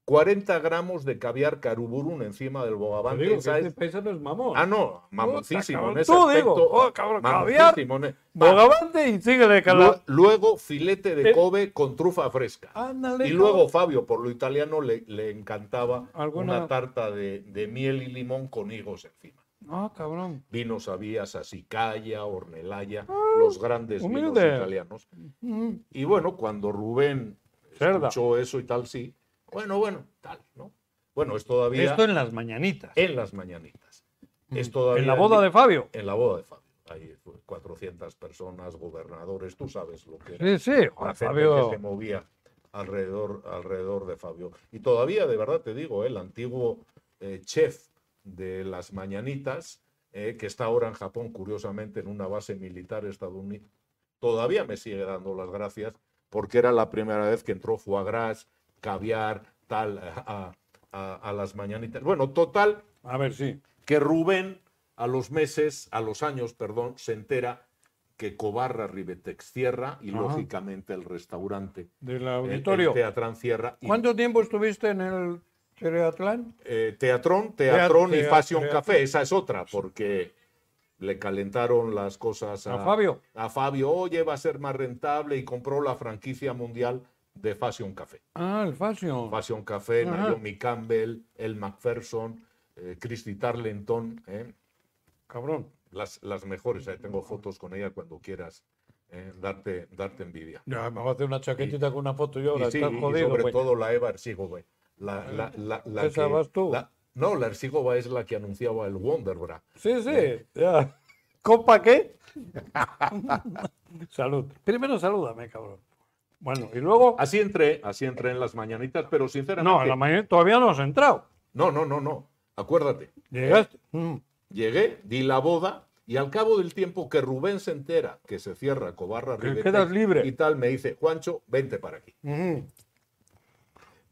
Speaker 3: 40 gramos de caviar caruburun encima del
Speaker 2: Te
Speaker 3: bogavante.
Speaker 2: digo que
Speaker 3: esa
Speaker 2: este
Speaker 3: es-
Speaker 2: paisano es mamón.
Speaker 3: Ah, no, mamoncísimo en
Speaker 2: cabrón.
Speaker 3: ese
Speaker 2: Tú
Speaker 3: aspecto.
Speaker 2: digo, oh, cabrón,
Speaker 3: mamoncísimo en e- Va,
Speaker 2: Bogavante y síguele
Speaker 3: lu-
Speaker 2: calado.
Speaker 3: Luego filete de
Speaker 2: Eh.
Speaker 3: Kobe con trufa fresca.
Speaker 2: Ándale.
Speaker 3: Y
Speaker 2: cabrón.
Speaker 3: luego Fabio, por lo italiano, le, le encantaba
Speaker 2: Alguna-
Speaker 3: una tarta de, de miel y limón con higos encima.
Speaker 2: No, Ah, cabrón.
Speaker 3: Vinos había Sassicaia, Ornelaya, los grandes
Speaker 2: Ah, humilde.
Speaker 3: vinos italianos.
Speaker 2: Ujú.
Speaker 3: Y bueno, cuando Rubén
Speaker 2: Cerda.
Speaker 3: escuchó eso y tal, sí. Bueno, bueno, tal, ¿no? Bueno, es todavía
Speaker 2: Esto en las mañanitas.
Speaker 3: en las mañanitas. Es todavía
Speaker 2: En la boda de Fabio.
Speaker 3: en la boda de Fabio. Hay 400 personas, gobernadores, tú sabes lo que
Speaker 2: Sí,
Speaker 3: era.
Speaker 2: sí.
Speaker 3: La
Speaker 2: joder,
Speaker 3: gente
Speaker 2: Fabio.
Speaker 3: que se movía alrededor, alrededor de Fabio. Y todavía, de verdad te digo, el antiguo eh, chef de las mañanitas, eh, que está ahora en Japón, curiosamente, en una base militar estadounidense, todavía me sigue dando las gracias porque era la primera vez que entró foie gras, caviar, tal, a- a- a las mañanitas. Bueno, total,
Speaker 2: A ver, sí.
Speaker 3: que Rubén a los meses, a los años, perdón, se entera que Cobarra Ribetex cierra y
Speaker 2: Ajá.
Speaker 3: lógicamente el restaurante,
Speaker 2: Del
Speaker 3: el-
Speaker 2: auditorio.
Speaker 3: el Teatrán cierra. Y,
Speaker 2: ¿Cuánto tiempo estuviste en el Teatlán?
Speaker 3: eh, teatrón, Teatrón y
Speaker 2: Tea-
Speaker 3: Fashion
Speaker 2: Tea-
Speaker 3: Café, esa es otra, porque le calentaron las cosas a,
Speaker 2: A Fabio.
Speaker 3: A Fabio, oye, va a ser más rentable y compró la franquicia mundial de Fashion Café.
Speaker 2: Ah, el Fashion.
Speaker 3: Fashion Café,
Speaker 2: Ajá.
Speaker 3: Naomi Campbell, El McPherson, eh, Christy Tarleton, ¿eh?
Speaker 2: Cabrón.
Speaker 3: las, las mejores. Ahí tengo fotos con ella cuando quieras eh, darte, darte envidia.
Speaker 2: Ya, me voy a hacer una chaquetita con una foto yo
Speaker 3: Y,
Speaker 2: ahora.
Speaker 3: sí,
Speaker 2: estás
Speaker 3: y
Speaker 2: jodido, pues.
Speaker 3: sobre
Speaker 2: güey.
Speaker 3: todo la Eva Ercígova. La, la, la, la
Speaker 2: Esa
Speaker 3: que-
Speaker 2: vas tú.
Speaker 3: la- no, la Ercígova es la que anunciaba el Wonderbra.
Speaker 2: Sí, sí. Ya. ¿Copa
Speaker 3: [LAUGHS]
Speaker 2: qué? Salud. Primero salúdame, cabrón. Bueno, y luego.
Speaker 3: Así entré, así entré en las mañanitas, pero
Speaker 2: No,
Speaker 3: sinceramente.
Speaker 2: en la mañana todavía no has entrado.
Speaker 3: no, no, no, no. Acuérdate.
Speaker 2: Llegaste. Mm.
Speaker 3: Llegué, di la boda Y al cabo del tiempo que Rubén se entera que se cierra Cobarra
Speaker 2: Que
Speaker 3: Ribetex
Speaker 2: quedas libre.
Speaker 3: y tal, me dice, Juancho, vente para aquí.
Speaker 2: Ujú.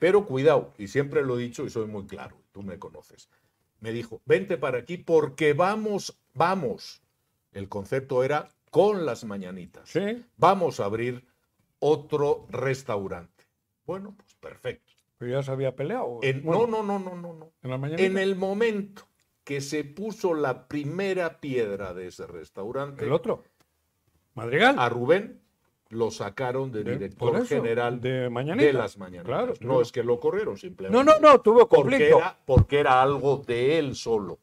Speaker 3: Pero cuidado, y siempre lo he dicho y soy muy claro, tú me conoces. Me dijo, vente para aquí porque vamos, vamos. El concepto era con las mañanitas.
Speaker 2: Sí,
Speaker 3: Vamos a abrir otro restaurante. Bueno, pues perfecto.
Speaker 2: pero ya se había peleado.
Speaker 3: En-
Speaker 2: Bueno,
Speaker 3: no, no, no, no, no, no.
Speaker 2: en la mañana.
Speaker 3: En el momento que se puso la primera piedra de ese restaurante,
Speaker 2: El otro. Madrigal.
Speaker 3: a Rubén lo sacaron de
Speaker 2: De-
Speaker 3: Ah, director
Speaker 2: por eso,
Speaker 3: general de,
Speaker 2: de mañanita.
Speaker 3: las mañanitas.
Speaker 2: Claro,
Speaker 3: no
Speaker 2: claro.
Speaker 3: es que lo corrieron simplemente.
Speaker 2: No, no, no, tuvo
Speaker 3: porque
Speaker 2: conflicto.
Speaker 3: era, porque era algo de él solo,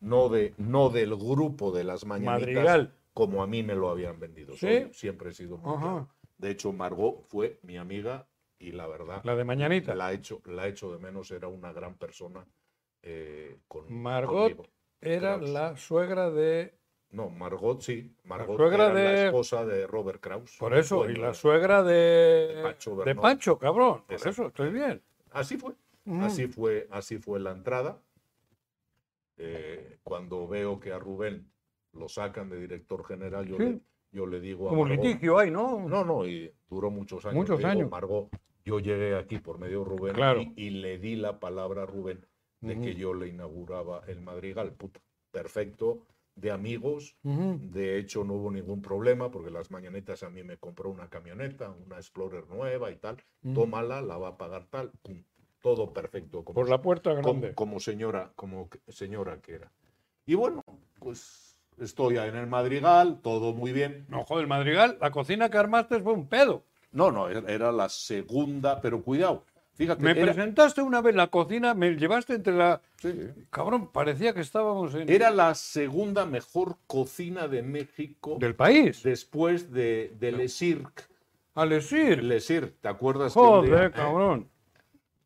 Speaker 3: no, de, no del grupo de las mañanitas,
Speaker 2: Madrigal.
Speaker 3: como a mí me lo habían vendido.
Speaker 2: Sí.
Speaker 3: Soy- siempre he sido muy
Speaker 2: Ajá.
Speaker 3: claro. De hecho, Margot fue mi amiga y la verdad,
Speaker 2: La de mañanita.
Speaker 3: la he hecho, la he hecho de menos, era una gran persona eh, con,
Speaker 2: Margot
Speaker 3: conmigo.
Speaker 2: Era
Speaker 3: Kraus.
Speaker 2: la suegra de.
Speaker 3: No, Margot sí, Margot
Speaker 2: suegra
Speaker 3: era la
Speaker 2: de-
Speaker 3: esposa de Robert Krause.
Speaker 2: Por eso, y
Speaker 3: Bueno,
Speaker 2: la suegra de.
Speaker 3: de Pancho
Speaker 2: de
Speaker 3: Bernal.
Speaker 2: Pancho, cabrón. Por
Speaker 3: Exacto.
Speaker 2: eso, estoy bien.
Speaker 3: Así fue.
Speaker 2: Ujú.
Speaker 3: Así fue, así fue la entrada. Eh, cuando veo que a Rubén lo sacan de director general, yo,
Speaker 2: Sí.
Speaker 3: le, yo le digo a
Speaker 2: Como
Speaker 3: Margot-
Speaker 2: litigio hay, ¿no?
Speaker 3: No, no, y duró muchos años.
Speaker 2: Muchos
Speaker 3: Le digo,
Speaker 2: años.
Speaker 3: Margot, yo llegué aquí por medio de Rubén
Speaker 2: Claro.
Speaker 3: y, y le di la palabra a Rubén de que
Speaker 2: Ujú.
Speaker 3: yo le inauguraba el Madrigal. Puta, perfecto, de amigos.
Speaker 2: Ujú.
Speaker 3: De hecho, no hubo ningún problema porque las mañanetas a mí me compró una camioneta, una Explorer nueva y tal.
Speaker 2: Mm.
Speaker 3: Tómala, la va a pagar tal. pum, Todo perfecto. Como,
Speaker 2: Por la puerta
Speaker 3: como-
Speaker 2: grande.
Speaker 3: como señora, como que- señora que era. Y bueno, pues estoy en el Madrigal, todo muy bien.
Speaker 2: No, joder, el Madrigal, la cocina que armaste fue un pedo.
Speaker 3: No, no, era era la segunda, pero cuidado. Fíjate,
Speaker 2: Me
Speaker 3: era,
Speaker 2: presentaste una vez la cocina, me llevaste entre la.
Speaker 3: sí,
Speaker 2: Cabrón, parecía que estábamos en.
Speaker 3: era la segunda mejor cocina de México
Speaker 2: Del país.
Speaker 3: después de, de Le Cirque.
Speaker 2: Alesir.
Speaker 3: Le Cirque, ¿te acuerdas? que un día,
Speaker 2: Joder,
Speaker 3: eh,
Speaker 2: cabrón.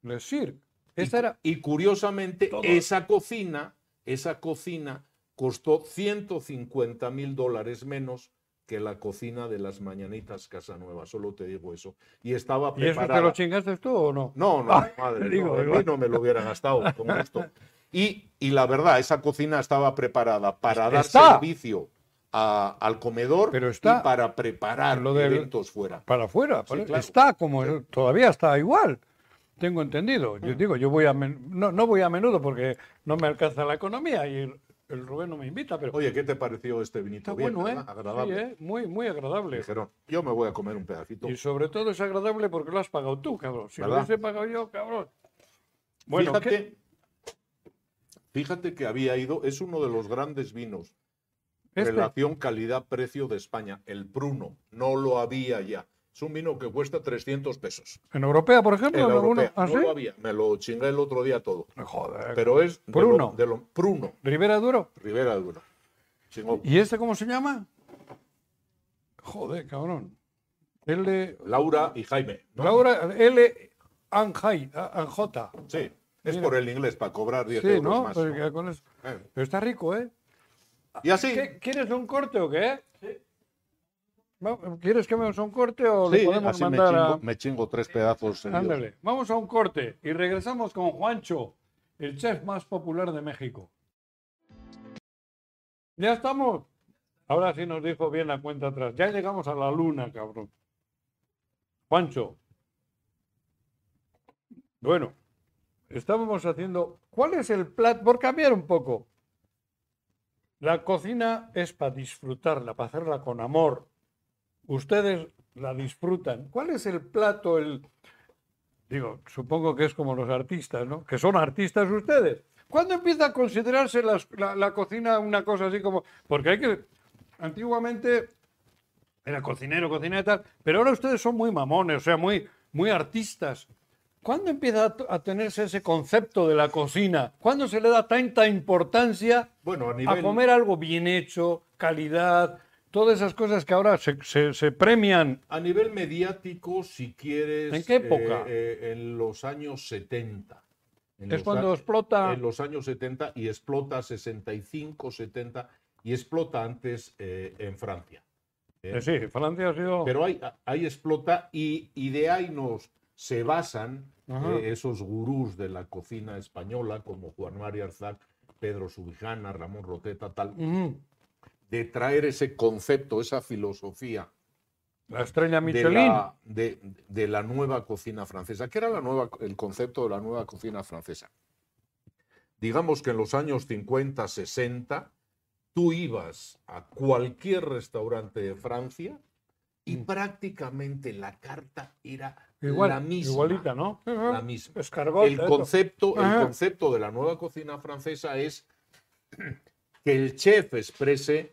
Speaker 2: Lesir. Esta
Speaker 3: Y-
Speaker 2: era.
Speaker 3: Y curiosamente, esa cocina, esa cocina costó 150 mil dólares menos que la cocina de las mañanitas Casanueva. Solo te digo eso. Y estaba
Speaker 2: ¿Y eso te
Speaker 3: preparada.
Speaker 2: lo chingaste tú o no?
Speaker 3: no, no,
Speaker 2: Ah,
Speaker 3: madre,
Speaker 2: digo,
Speaker 3: no, de
Speaker 2: digo.
Speaker 3: mí no me lo hubiera gastado con gusto. Y, y la verdad, esa cocina estaba preparada para dar
Speaker 2: Está.
Speaker 3: servicio a- al comedor
Speaker 2: Pero está.
Speaker 3: y para preparar
Speaker 2: Lo del-
Speaker 3: eventos fuera.
Speaker 2: Para afuera. para-
Speaker 3: claro.
Speaker 2: Está como. Todavía está igual. Tengo entendido. Yo digo, yo voy a. men- No, no voy a menudo porque no me alcanza la economía y el, el Rubén no me invita, pero.
Speaker 3: Oye, ¿qué te pareció este vinito?
Speaker 2: está
Speaker 3: Bien,
Speaker 2: bueno, ¿eh?
Speaker 3: ¿verdad? Agradable.
Speaker 2: Sí, ¿eh? Muy, muy agradable.
Speaker 3: Dijeron, yo me voy a comer un pedacito.
Speaker 2: Y sobre todo es agradable porque lo has pagado tú, cabrón. Si lo
Speaker 3: ¿Verdad?
Speaker 2: hubiese pagado yo, cabrón. Bueno,
Speaker 3: fíjate,
Speaker 2: ¿qué?
Speaker 3: fíjate que había ido, es uno de los grandes vinos,
Speaker 2: Este.
Speaker 3: relación calidad-precio de España, el Bruno, no lo había ya. Es un vino que cuesta 300 pesos.
Speaker 2: ¿En Europea, por ejemplo?
Speaker 3: El
Speaker 2: ¿En alguna?
Speaker 3: europeo,
Speaker 2: ¿Ah,
Speaker 3: no
Speaker 2: sí?
Speaker 3: lo había, me lo chingué el otro día todo.
Speaker 2: Joder.
Speaker 3: Pero es de lo-
Speaker 2: Bruno.
Speaker 3: de lo, Bruno,
Speaker 2: Rivera Duro.
Speaker 3: Rivera del Bruno. Chingó.
Speaker 2: ¿Y este cómo se llama? Joder, cabrón. L.
Speaker 3: Laura y Jaime. ¿no?
Speaker 2: Laura L. Anjay, A- Anjota.
Speaker 3: Sí, es
Speaker 2: Mira.
Speaker 3: por el inglés, para cobrar 10
Speaker 2: Sí,
Speaker 3: euros
Speaker 2: ¿no?
Speaker 3: más.
Speaker 2: Pues
Speaker 3: ¿no?
Speaker 2: que con eso-
Speaker 3: Eh,
Speaker 2: Pero está rico, ¿eh?
Speaker 3: Y así,
Speaker 2: ¿Qué- ¿Quieres un corte o qué? Va- ¿Quieres que veamos un corte o
Speaker 3: sí,
Speaker 2: le podemos
Speaker 3: así me,
Speaker 2: mandar a-
Speaker 3: chingo, me chingo tres pedazos. seguidos.
Speaker 2: Ándale, vamos a un corte y regresamos con Juancho, el chef más popular de México. Ya estamos. Ahora sí nos dijo bien la cuenta atrás. Ya llegamos a la luna, cabrón. Juancho. Bueno, estábamos haciendo. ¿Cuál es el plato? Por cambiar un poco. La cocina es para disfrutarla, para hacerla con amor. Ustedes la disfrutan. ¿Cuál es el plato, el, Digo, supongo que es como los artistas, ¿no? Que son artistas ustedes. ¿Cuándo empieza a considerarse las- la, la cocina una cosa así como.? Porque hay que. Antiguamente era cocinero, cocinera y tal, pero ahora ustedes son muy mamones, o sea, muy, muy artistas. ¿Cuándo empieza a, t- a tenerse ese concepto de la cocina? ¿Cuándo se le da tanta importancia
Speaker 3: Bueno, a nivel,
Speaker 2: a comer algo bien hecho, calidad, todas esas cosas que ahora se- se- se premian
Speaker 3: A nivel mediático, si quieres.
Speaker 2: ¿En qué época?
Speaker 3: eh, eh, en los años 70. En
Speaker 2: Es
Speaker 3: los
Speaker 2: cuando
Speaker 3: a-
Speaker 2: explota-
Speaker 3: En los años 70 y explota 65, 70 y explota antes eh, en Francia.
Speaker 2: Eh, sí, Francia ha sido.
Speaker 3: Pero ahí, ahí explota y, y de ahí nos se basan
Speaker 2: Ajá.
Speaker 3: eh, esos gurús de la cocina española como Juan María Arzac, Pedro Subijana, Ramón Roteta, tal,
Speaker 2: Ujú.
Speaker 3: de traer ese concepto, esa filosofía
Speaker 2: La estrella
Speaker 3: de
Speaker 2: Michelin.
Speaker 3: la, de- de la nueva cocina francesa. ¿Qué era la nueva, el concepto de la nueva cocina francesa? Digamos que en los años 50, 60, tú ibas a cualquier restaurante de Francia y prácticamente la carta era
Speaker 2: Mm. Igual,
Speaker 3: la misma.
Speaker 2: igualita, ¿no?
Speaker 3: La misma
Speaker 2: Escargot,
Speaker 3: el concepto, el
Speaker 2: Ajá.
Speaker 3: concepto de la nueva cocina francesa es que el chef exprese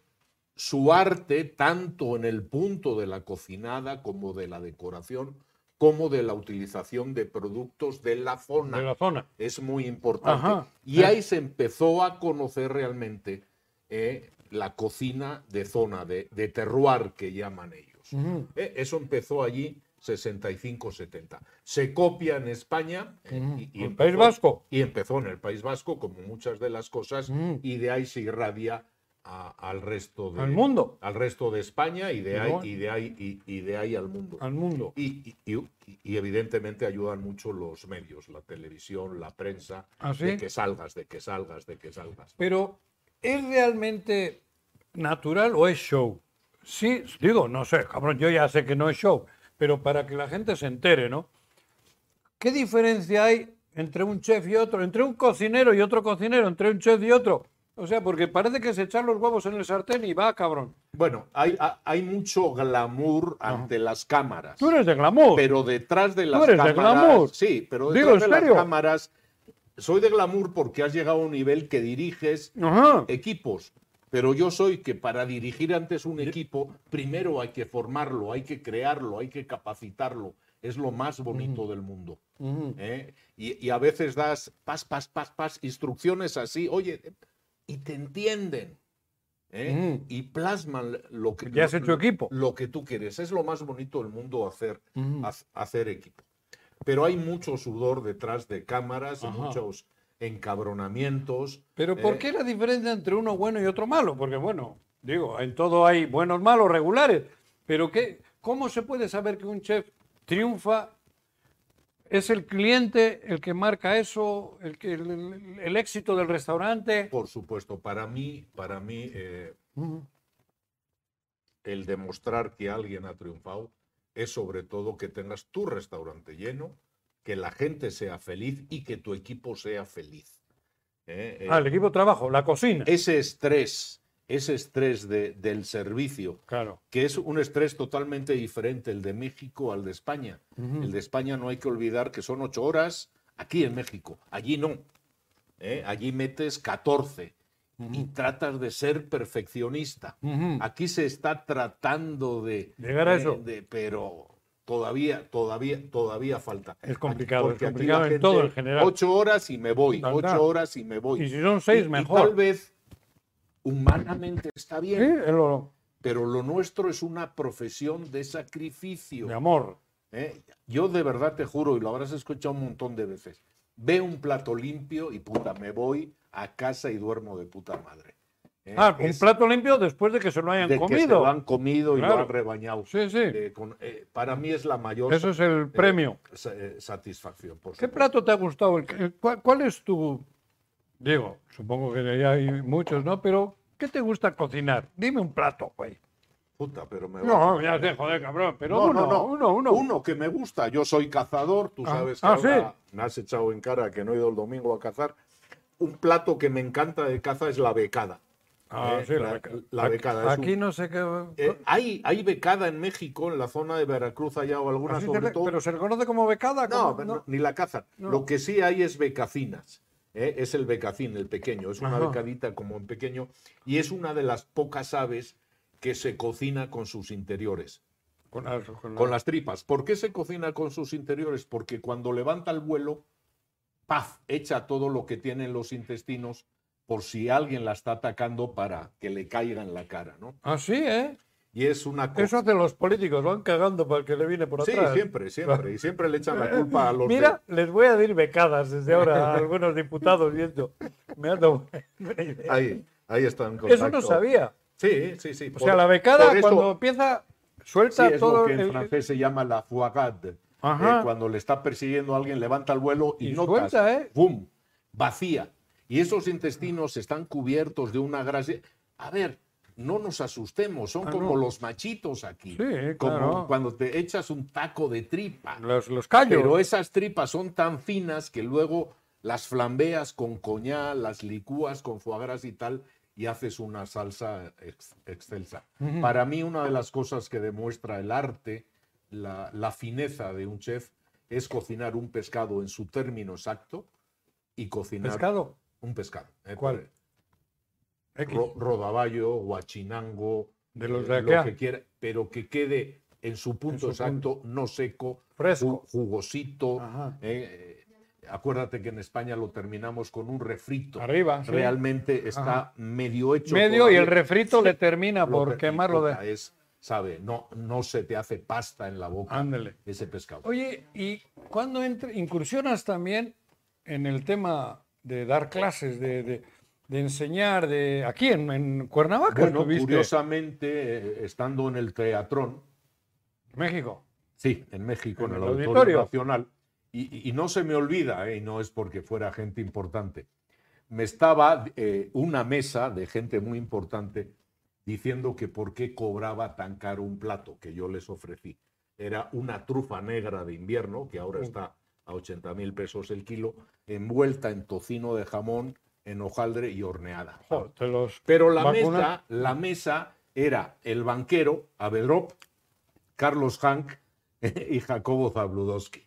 Speaker 3: su arte tanto en el punto de la cocinada como de la decoración, como de la utilización de productos de la zona.
Speaker 2: de la zona.
Speaker 3: Es muy importante.
Speaker 2: Ajá.
Speaker 3: Y
Speaker 2: Eh.
Speaker 3: ahí se empezó a conocer realmente eh, la cocina de zona, de, de terroir que llaman ellos.
Speaker 2: Ujú.
Speaker 3: Eh, Eso empezó allí 65-70. Se copia en España eh,
Speaker 2: Ujú.
Speaker 3: y, y
Speaker 2: El Mm, País Vasco.
Speaker 3: y empezó en el País Vasco, como muchas de las cosas,
Speaker 2: Ujú.
Speaker 3: y de ahí se irradia a- al resto de,
Speaker 2: Mm. Al mundo.
Speaker 3: al resto de España y de
Speaker 2: Y
Speaker 3: ahí,
Speaker 2: bueno.
Speaker 3: y de ahí, y, y de ahí al mundo.
Speaker 2: Al mundo.
Speaker 3: Y, y- y- y evidentemente ayudan mucho los medios, la televisión, la prensa,
Speaker 2: ¿Ah, sí?
Speaker 3: de que salgas, de que salgas, de que salgas.
Speaker 2: Pero, ¿es realmente natural o es show? Sí, digo, no sé, cabrón, yo ya sé que no es show, pero para que la gente se entere, ¿no? ¿Qué diferencia hay entre un chef y otro, entre un cocinero y otro cocinero, entre un chef y otro? O sea, porque parece que es echar los huevos en el sartén y va, cabrón.
Speaker 3: Bueno, hay, ha- hay mucho glamour ante las cámaras.
Speaker 2: Tú eres de glamour.
Speaker 3: Pero detrás de las
Speaker 2: eres de
Speaker 3: cámaras.
Speaker 2: glamour.
Speaker 3: Sí, pero
Speaker 2: Digo,
Speaker 3: detrás
Speaker 2: ¿en
Speaker 3: de
Speaker 2: serio?
Speaker 3: las cámaras. Soy de glamour porque has llegado a un nivel que diriges
Speaker 2: Ajá.
Speaker 3: equipos. Pero yo soy que para dirigir antes un equipo, primero hay que formarlo, hay que crearlo, hay que capacitarlo. Es lo más bonito del mundo.
Speaker 2: Ujú.
Speaker 3: ¿eh? Y, y a veces das pas, pas, pas, pas, instrucciones así, oye, y te entienden. ¿eh?
Speaker 2: Ujú.
Speaker 3: Y plasman lo que
Speaker 2: Ya has
Speaker 3: lo-
Speaker 2: hecho equipo.
Speaker 3: Lo que tú quieres. Es lo más bonito del mundo hacer,
Speaker 2: Ujú.
Speaker 3: haz- hacer equipo. Pero hay mucho sudor detrás de cámaras, y
Speaker 2: Ajá.
Speaker 3: muchos encabronamientos.
Speaker 2: Pero ¿por
Speaker 3: eh,
Speaker 2: qué la diferencia entre uno bueno y otro malo? Porque bueno, digo, en todo hay buenos, malos, regulares. Pero ¿qué, ¿cómo se puede saber que un chef triunfa? ¿Es el cliente el que marca eso? ¿El, que- el- el- el éxito del restaurante?
Speaker 3: Por supuesto, para mí, para mí eh,
Speaker 2: Ujú.
Speaker 3: el demostrar que alguien ha triunfado es sobre todo que tengas tu restaurante lleno, que la gente sea feliz y que tu equipo sea feliz. Eh, eh,
Speaker 2: Ah, el equipo de trabajo, la cocina.
Speaker 3: ese estrés, ese estrés de- del servicio,
Speaker 2: Claro.
Speaker 3: que es un estrés totalmente diferente el de México al de España. El de España no hay que olvidar que son ocho horas aquí en México, allí no. ¿eh? Allí metes 14 y tratas de ser perfeccionista.
Speaker 2: Ujú.
Speaker 3: Aquí se está tratando de
Speaker 2: Llegar a
Speaker 3: eh,
Speaker 2: eso.
Speaker 3: de- pero todavía, todavía, todavía falta.
Speaker 2: Es complicado,
Speaker 3: Porque
Speaker 2: es
Speaker 3: aquí la
Speaker 2: complicado en todo
Speaker 3: gente,
Speaker 2: en general.
Speaker 3: Ocho horas y me voy,
Speaker 2: Anda.
Speaker 3: ocho horas y me voy.
Speaker 2: Y si son seis,
Speaker 3: Y- y
Speaker 2: mejor.
Speaker 3: tal vez humanamente está
Speaker 2: Sí,
Speaker 3: bien,
Speaker 2: es lo
Speaker 3: pero lo nuestro es una profesión de sacrificio.
Speaker 2: de amor.
Speaker 3: ¿eh? Yo de verdad te juro, y lo habrás escuchado un montón de veces, ve un plato limpio y puta, me voy a casa y duermo de puta madre. ¿eh?
Speaker 2: Ah, un
Speaker 3: Es-
Speaker 2: plato limpio después de que se lo hayan
Speaker 3: de que se
Speaker 2: comido.
Speaker 3: lo han comido y lo
Speaker 2: Claro.
Speaker 3: han rebañado.
Speaker 2: Sí, sí.
Speaker 3: Eh, con- eh, para mí es la mayor
Speaker 2: Eso es el
Speaker 3: eh,
Speaker 2: premio.
Speaker 3: sa- eh, satisfacción. por
Speaker 2: ¿Qué
Speaker 3: supuesto.
Speaker 2: plato te ha gustado? El que- el- ¿Cuál, cuál es tu.? Digo, supongo que ya hay muchos, ¿no? Pero, ¿qué te gusta cocinar? Dime un plato, güey.
Speaker 3: Puta, pero me va-
Speaker 2: No, ya sé, joder, cabrón. Pero uno, uno, uno.
Speaker 3: que me gusta. Yo soy cazador, tú
Speaker 2: Ah,
Speaker 3: sabes que
Speaker 2: ah,
Speaker 3: ahora me has echado en cara que no he ido el domingo a cazar. Un plato que me encanta de caza es la becada.
Speaker 2: Ah,
Speaker 3: Eh,
Speaker 2: sí, la,
Speaker 3: la-
Speaker 2: beca-
Speaker 3: la becada es un-
Speaker 2: Aquí no sé qué.
Speaker 3: Eh,
Speaker 2: Ah.
Speaker 3: hay, hay becada en México, en la zona de Veracruz, allá o alguna,
Speaker 2: así se
Speaker 3: sobre
Speaker 2: le-
Speaker 3: todo.
Speaker 2: Pero se le conoce como becada.
Speaker 3: No,
Speaker 2: como-
Speaker 3: no, ni la cazan.
Speaker 2: No.
Speaker 3: Lo que sí hay es becacinas. ¿eh? Es el becacín, el pequeño. Es una
Speaker 2: Ajá.
Speaker 3: becadita como en pequeño. Y es una de las pocas aves que se cocina con sus interiores,
Speaker 2: Con las- con
Speaker 3: con
Speaker 2: las-
Speaker 3: las tripas. ¿Por qué se cocina con sus interiores? Porque cuando levanta el vuelo, ¡paf! echa todo lo que tiene en los intestinos por si alguien la está atacando para que le caiga en la cara, ¿no?
Speaker 2: Ah, sí, ¿eh?
Speaker 3: Y es una cosa.
Speaker 2: Eso hacen los políticos, van cagando para el que le viene por
Speaker 3: Sí,
Speaker 2: atrás.
Speaker 3: siempre, siempre. Y siempre le echan la culpa a los de-
Speaker 2: Mira, les voy a decir becadas desde ahora
Speaker 3: [LAUGHS]
Speaker 2: a algunos diputados viendo. Me ha dado buena idea.
Speaker 3: Ahí, ahí están.
Speaker 2: Eso no sabía.
Speaker 3: Sí, sí, sí.
Speaker 2: O
Speaker 3: por-
Speaker 2: sea, la becada
Speaker 3: por eso-
Speaker 2: cuando empieza
Speaker 3: Sí,
Speaker 2: suelta
Speaker 3: es
Speaker 2: todo
Speaker 3: lo que en
Speaker 2: el-
Speaker 3: francés se llama la foagade.
Speaker 2: Ajá.
Speaker 3: cuando le está persiguiendo a alguien, levanta el vuelo y,
Speaker 2: Y
Speaker 3: notas,
Speaker 2: suelta, ¿eh?
Speaker 3: ¡bum! vacía. Y esos intestinos están cubiertos de una grasa. A ver, no nos asustemos, son
Speaker 2: Ah,
Speaker 3: como
Speaker 2: no.
Speaker 3: los machitos aquí.
Speaker 2: Sí,
Speaker 3: como
Speaker 2: claro.
Speaker 3: cuando te echas un taco de tripa.
Speaker 2: Los, los callos.
Speaker 3: Pero esas tripas son tan finas que luego las flambeas con coñá, las licúas con foie gras y tal, y haces una salsa ex- excelsa.
Speaker 2: Mm.
Speaker 3: Para mí, una de las cosas que demuestra el arte, la, la fineza de un chef, es cocinar un pescado en su término exacto y cocinar
Speaker 2: Pescado.
Speaker 3: un pescado. ¿eh?
Speaker 2: ¿Cuál? X.
Speaker 3: Ro- rodaballo, guachinango,
Speaker 2: De los
Speaker 3: eh,
Speaker 2: de
Speaker 3: lo
Speaker 2: acá.
Speaker 3: que quiera, pero que quede en su punto
Speaker 2: su
Speaker 3: exacto, no seco,
Speaker 2: Fresco.
Speaker 3: ju- jugosito.
Speaker 2: Ajá.
Speaker 3: eh, eh, acuérdate que en España lo terminamos con un refrito.
Speaker 2: Arriba. sí.
Speaker 3: Realmente está medio hecho.
Speaker 2: Medio y el
Speaker 3: todavía.
Speaker 2: refrito le termina
Speaker 3: Lo
Speaker 2: por
Speaker 3: ter-
Speaker 2: quemarlo
Speaker 3: puta,
Speaker 2: de.
Speaker 3: Es, sabe, no, no se te hace pasta en la boca
Speaker 2: Ándale.
Speaker 3: ese pescado.
Speaker 2: Ah, Oye, ¿y cuándo entre- incursionas también en el tema de dar clases, de, de- de enseñar, de aquí en, en Cuernavaca
Speaker 3: bueno,
Speaker 2: estuviste,
Speaker 3: curiosamente, eh, estando en el teatrón,
Speaker 2: México?
Speaker 3: Sí, en México, en,
Speaker 2: En
Speaker 3: el
Speaker 2: el
Speaker 3: Auditorio,
Speaker 2: auditorio.
Speaker 3: Nacional. Y, y- y no se me olvida, eh, y no es porque fuera gente importante. Me estaba eh, una mesa de gente muy importante diciendo que por qué cobraba tan caro un plato que yo les ofrecí. Era una trufa negra de invierno, que ahora
Speaker 2: Mm.
Speaker 3: está a 80 mil pesos el kilo, envuelta en tocino de jamón, en hojaldre y horneada.
Speaker 2: Jo, te los
Speaker 3: Pero la
Speaker 2: Vacuna.
Speaker 3: mesa, la mesa era el banquero Avedrop, Carlos Hank [LAUGHS] y Jacobo Zabludowski.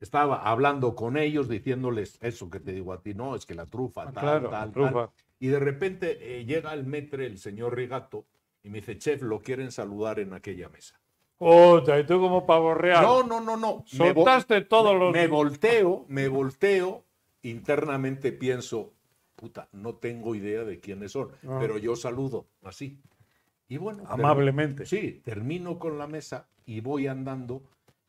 Speaker 3: Estaba hablando con ellos, diciéndoles eso que te digo a ti, no, es que la trufa,
Speaker 2: Ah,
Speaker 3: tal,
Speaker 2: claro,
Speaker 3: tal,
Speaker 2: trufa.
Speaker 3: tal. Y de repente eh, llega el metre, el señor Rigato, y me dice, chef, lo quieren saludar en aquella mesa.
Speaker 2: Puta, y tú como pavo real.
Speaker 3: No, no, no, no. Me vo-
Speaker 2: Soltaste todos los.
Speaker 3: me volteo, me volteo, internamente pienso, puta, no tengo idea de quiénes son,
Speaker 2: Ah.
Speaker 3: pero yo saludo así. Y bueno, termi-
Speaker 2: Amablemente.
Speaker 3: sí, termino con la mesa y voy andando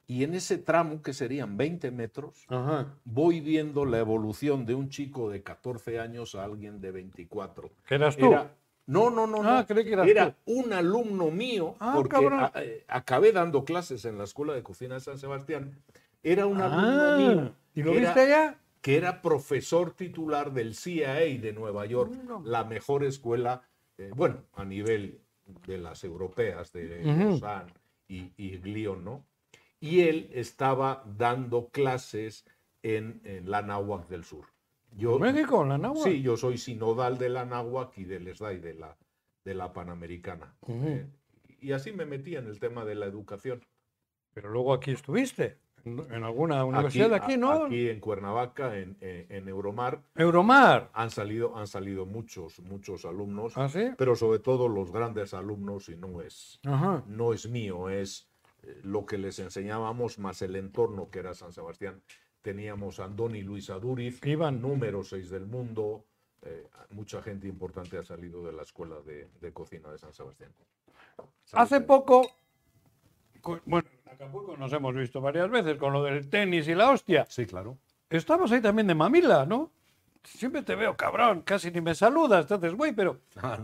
Speaker 3: y en ese tramo que serían 20 metros,
Speaker 2: Ajá.
Speaker 3: voy viendo la evolución de un chico de 14 años a alguien de 24.
Speaker 2: Que eras tú.
Speaker 3: Era- no, no, no,
Speaker 2: Ah,
Speaker 3: no.
Speaker 2: creí que eras
Speaker 3: Era un alumno mío,
Speaker 2: Ah,
Speaker 3: porque
Speaker 2: cabrón.
Speaker 3: a- eh, acabé dando clases en la Escuela de Cocina de San Sebastián. Era un
Speaker 2: Ah,
Speaker 3: alumno mío.
Speaker 2: ¿Y lo
Speaker 3: que
Speaker 2: viste
Speaker 3: era,
Speaker 2: allá?
Speaker 3: Que era profesor titular del CIA de Nueva York,
Speaker 2: Mm, No.
Speaker 3: la mejor escuela, eh, bueno, a nivel de las europeas, de
Speaker 2: Ujú.
Speaker 3: Lausanne y, y Glion, ¿no? Y él estaba dando clases en, en la Náhuac del Sur. Yo,
Speaker 2: México, en la náhuatl.
Speaker 3: Sí, yo soy sinodal de la náhuac y del SDAI, de la, de la Panamericana.
Speaker 2: Ujú.
Speaker 3: Eh, y así me metí en el tema de la educación.
Speaker 2: Pero luego aquí estuviste. En, en alguna universidad de aquí,
Speaker 3: a-
Speaker 2: ¿no?
Speaker 3: Aquí en Cuernavaca, en, en- en Euromar,
Speaker 2: Euromar.
Speaker 3: han salido, han salido muchos, muchos alumnos,
Speaker 2: ¿Ah, sí?
Speaker 3: pero sobre todo los grandes alumnos, y no es,
Speaker 2: Ajá.
Speaker 3: no es mío, es eh, lo que les enseñábamos más el entorno que era San Sebastián. Teníamos a Andoni Luis Aduriz,
Speaker 2: Iban.
Speaker 3: número 6 del mundo. eh, mucha gente importante ha salido de la escuela de, de cocina de San Sebastián.
Speaker 2: Hace
Speaker 3: Salido.
Speaker 2: poco, co- bueno, en Acapulco nos hemos visto varias veces con lo del tenis y la hostia.
Speaker 3: Sí, claro.
Speaker 2: Estabas ahí también de mamila, ¿no? Siempre te veo, cabrón, casi ni me saludas, entonces, güey, pero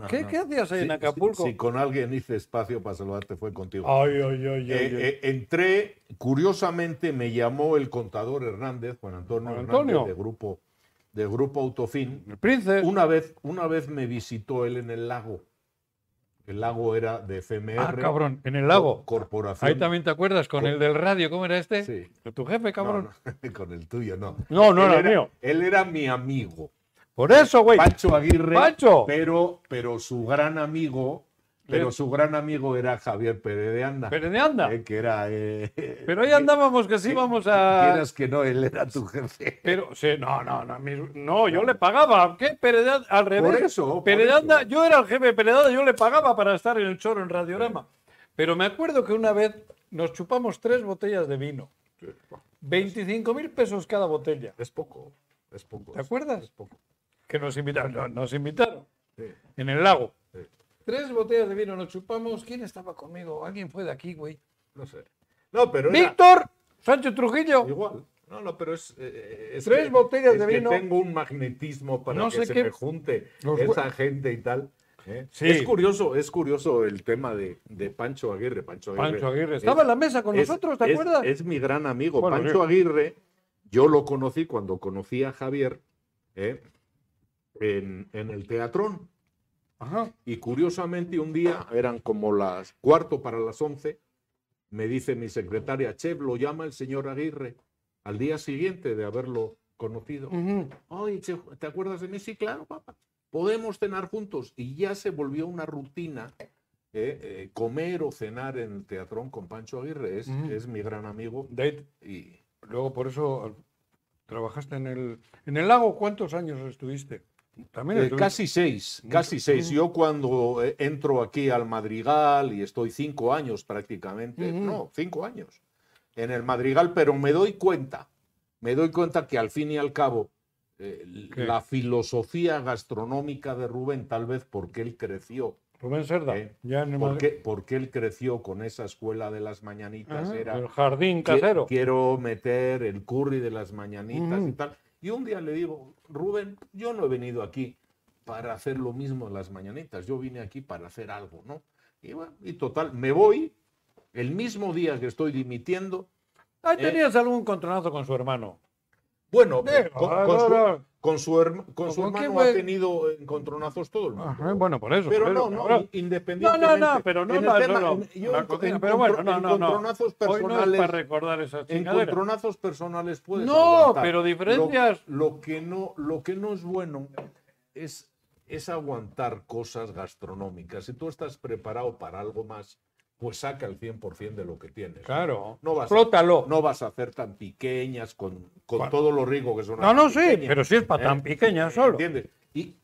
Speaker 2: ¿qué, qué hacías ahí
Speaker 3: Sí,
Speaker 2: en
Speaker 3: sí,
Speaker 2: Acapulco? Ah,
Speaker 3: Si, con alguien hice espacio para saludarte fue contigo.
Speaker 2: Ay, ay, ay, ay,
Speaker 3: Eh,
Speaker 2: ay.
Speaker 3: eh, entré, curiosamente me llamó el contador Hernández, Juan Antonio,
Speaker 2: Juan Antonio. Mm.
Speaker 3: Hernández, de grupo, de grupo Autofin.
Speaker 2: El príncipe.
Speaker 3: Una vez, una vez me visitó él en el lago. El lago era de FMR.
Speaker 2: Ah, cabrón, en el lago.
Speaker 3: Corporación.
Speaker 2: Ahí también te acuerdas con
Speaker 3: Con-
Speaker 2: el del radio, ¿cómo era este?
Speaker 3: Sí.
Speaker 2: De Tu jefe, cabrón.
Speaker 3: No, no, [LAUGHS] con el tuyo, no.
Speaker 2: No, no
Speaker 3: Él
Speaker 2: era mío.
Speaker 3: Él era eh, mi amigo.
Speaker 2: Por eso, güey.
Speaker 3: Pancho Aguirre.
Speaker 2: Pancho.
Speaker 3: Pero, pero su gran amigo, pero su gran amigo era Javier Pérez de Anda.
Speaker 2: Pero de anda.
Speaker 3: eh, que era. eh,
Speaker 2: Pero ahí andábamos que sí íbamos a.
Speaker 3: [LAUGHS] Quieras que no, él era tu jefe.
Speaker 2: Pero, sí, no, no, no, mi- no, yo le pagaba. ¿Qué? Peredad, al revés.
Speaker 3: eso, por
Speaker 2: Peredanda-
Speaker 3: eso.
Speaker 2: yo era el jefe de Peredanda, yo le pagaba para estar en el choro en Radiorama. Pero me acuerdo que una vez nos chupamos tres botellas de vino. 25 mil pesos cada botella.
Speaker 3: Es poco. Es poco.
Speaker 2: ¿Te acuerdas?
Speaker 3: Es poco.
Speaker 2: Que nos invitaron, no, nos invitaron
Speaker 3: Sí.
Speaker 2: en el lago.
Speaker 3: Sí.
Speaker 2: Tres botellas de vino nos chupamos. ¿Quién estaba conmigo? ¿Alguien fue de aquí, güey?
Speaker 3: No sé. No, pero era
Speaker 2: Víctor Sánchez Trujillo.
Speaker 3: igual. No, no, pero es. eh, es
Speaker 2: Tres
Speaker 3: que-
Speaker 2: botellas
Speaker 3: es
Speaker 2: de
Speaker 3: que
Speaker 2: vino.
Speaker 3: tengo un magnetismo para
Speaker 2: No
Speaker 3: que
Speaker 2: sé
Speaker 3: se
Speaker 2: qué-
Speaker 3: me junte
Speaker 2: Los hue-
Speaker 3: esa gente y tal. ¿eh?
Speaker 2: Sí.
Speaker 3: Es curioso, es curioso el tema de, de Pancho Aguirre. Pancho Aguirre,
Speaker 2: Pancho Aguirre.
Speaker 3: es-
Speaker 2: Estaba en la mesa con
Speaker 3: es-
Speaker 2: nosotros, ¿te
Speaker 3: es-
Speaker 2: acuerdas?
Speaker 3: Es, mi gran amigo.
Speaker 2: Bueno,
Speaker 3: Pancho Aguirre, yo lo conocí cuando conocí a Javier ¿eh? en, en el Teatrón.
Speaker 2: Ajá.
Speaker 3: Y curiosamente un día, eran como las cuarto para las once, me dice mi secretaria, Chef, lo llama el señor Aguirre al día siguiente de haberlo conocido.
Speaker 2: Ujú.
Speaker 3: Oye, Chef, ¿te acuerdas de mí? Sí, claro, papá. Podemos cenar juntos. Y ya se volvió una rutina eh, eh, comer o cenar en el teatrón con Pancho Aguirre. Es,
Speaker 2: Ujú.
Speaker 3: es mi gran amigo.
Speaker 2: De ahí-
Speaker 3: Y
Speaker 2: luego por eso trabajaste en el, en el lago. ¿Cuántos años estuviste? También
Speaker 3: Eh,
Speaker 2: estuviste-
Speaker 3: casi seis, casi
Speaker 2: mm.
Speaker 3: seis. Yo cuando eh, entro aquí al Madrigal y estoy cinco años prácticamente,
Speaker 2: Ujú.
Speaker 3: no, cinco años en el Madrigal, pero me doy cuenta, me doy cuenta que al fin y al cabo eh,
Speaker 2: ¿Qué?
Speaker 3: la filosofía gastronómica de Rubén, tal vez porque él creció,
Speaker 2: Rubén Cerda.
Speaker 3: Eh,
Speaker 2: ya en el Madrid. Ah,
Speaker 3: porque, porque él creció con esa escuela de las mañanitas,
Speaker 2: Ajá,
Speaker 3: era
Speaker 2: El jardín
Speaker 3: "Qui-
Speaker 2: casero.
Speaker 3: quiero meter el curry de las mañanitas y
Speaker 2: Ujú.
Speaker 3: tal. Y un día le digo, Rubén, yo no he venido aquí para hacer lo mismo en las mañanitas, yo vine aquí para hacer algo, ¿no? Y bueno, y total, me voy el mismo día que estoy dimitiendo.
Speaker 2: Ahí
Speaker 3: eh,
Speaker 2: tenías algún encontronazo con su hermano.
Speaker 3: Bueno,
Speaker 2: Eh,
Speaker 3: con,
Speaker 2: ah,
Speaker 3: con
Speaker 2: no,
Speaker 3: su,
Speaker 2: no.
Speaker 3: con su herma- con su
Speaker 2: ¿Con quién
Speaker 3: hermano
Speaker 2: fue?
Speaker 3: ha tenido encontronazos todo el mundo.
Speaker 2: Ajá, bueno, por eso.
Speaker 3: Pero
Speaker 2: por eso,
Speaker 3: no, no,
Speaker 2: ahora-
Speaker 3: in- independientemente.
Speaker 2: No, no, no, pero no,
Speaker 3: en el
Speaker 2: no, no,
Speaker 3: tema-
Speaker 2: no.
Speaker 3: en- yo
Speaker 2: La
Speaker 3: en-
Speaker 2: cocina,
Speaker 3: en
Speaker 2: pero bueno,
Speaker 3: contro-
Speaker 2: no, no, no.
Speaker 3: encontronazos
Speaker 2: Hoy no es
Speaker 3: personales.
Speaker 2: para recordar esas chingaderas.
Speaker 3: Encontronazos personales puedes
Speaker 2: No,
Speaker 3: aguantar.
Speaker 2: pero
Speaker 3: Lo-
Speaker 2: diferencias.
Speaker 3: Lo, que no, lo que no es bueno es, es aguantar cosas gastronómicas. Si tú estás preparado para algo más, pues saca el 100% de lo que tienes.
Speaker 2: Claro.
Speaker 3: No vas, a,
Speaker 2: Flótalo.
Speaker 3: no vas a hacer tan pequeñas con, con
Speaker 2: Cual-
Speaker 3: todo lo rico que son.
Speaker 2: No, no,
Speaker 3: las
Speaker 2: sí,
Speaker 3: pequeñas,
Speaker 2: pero sí es para tan
Speaker 3: ¿eh?
Speaker 2: pequeña solo.
Speaker 3: ¿Entiendes? Y,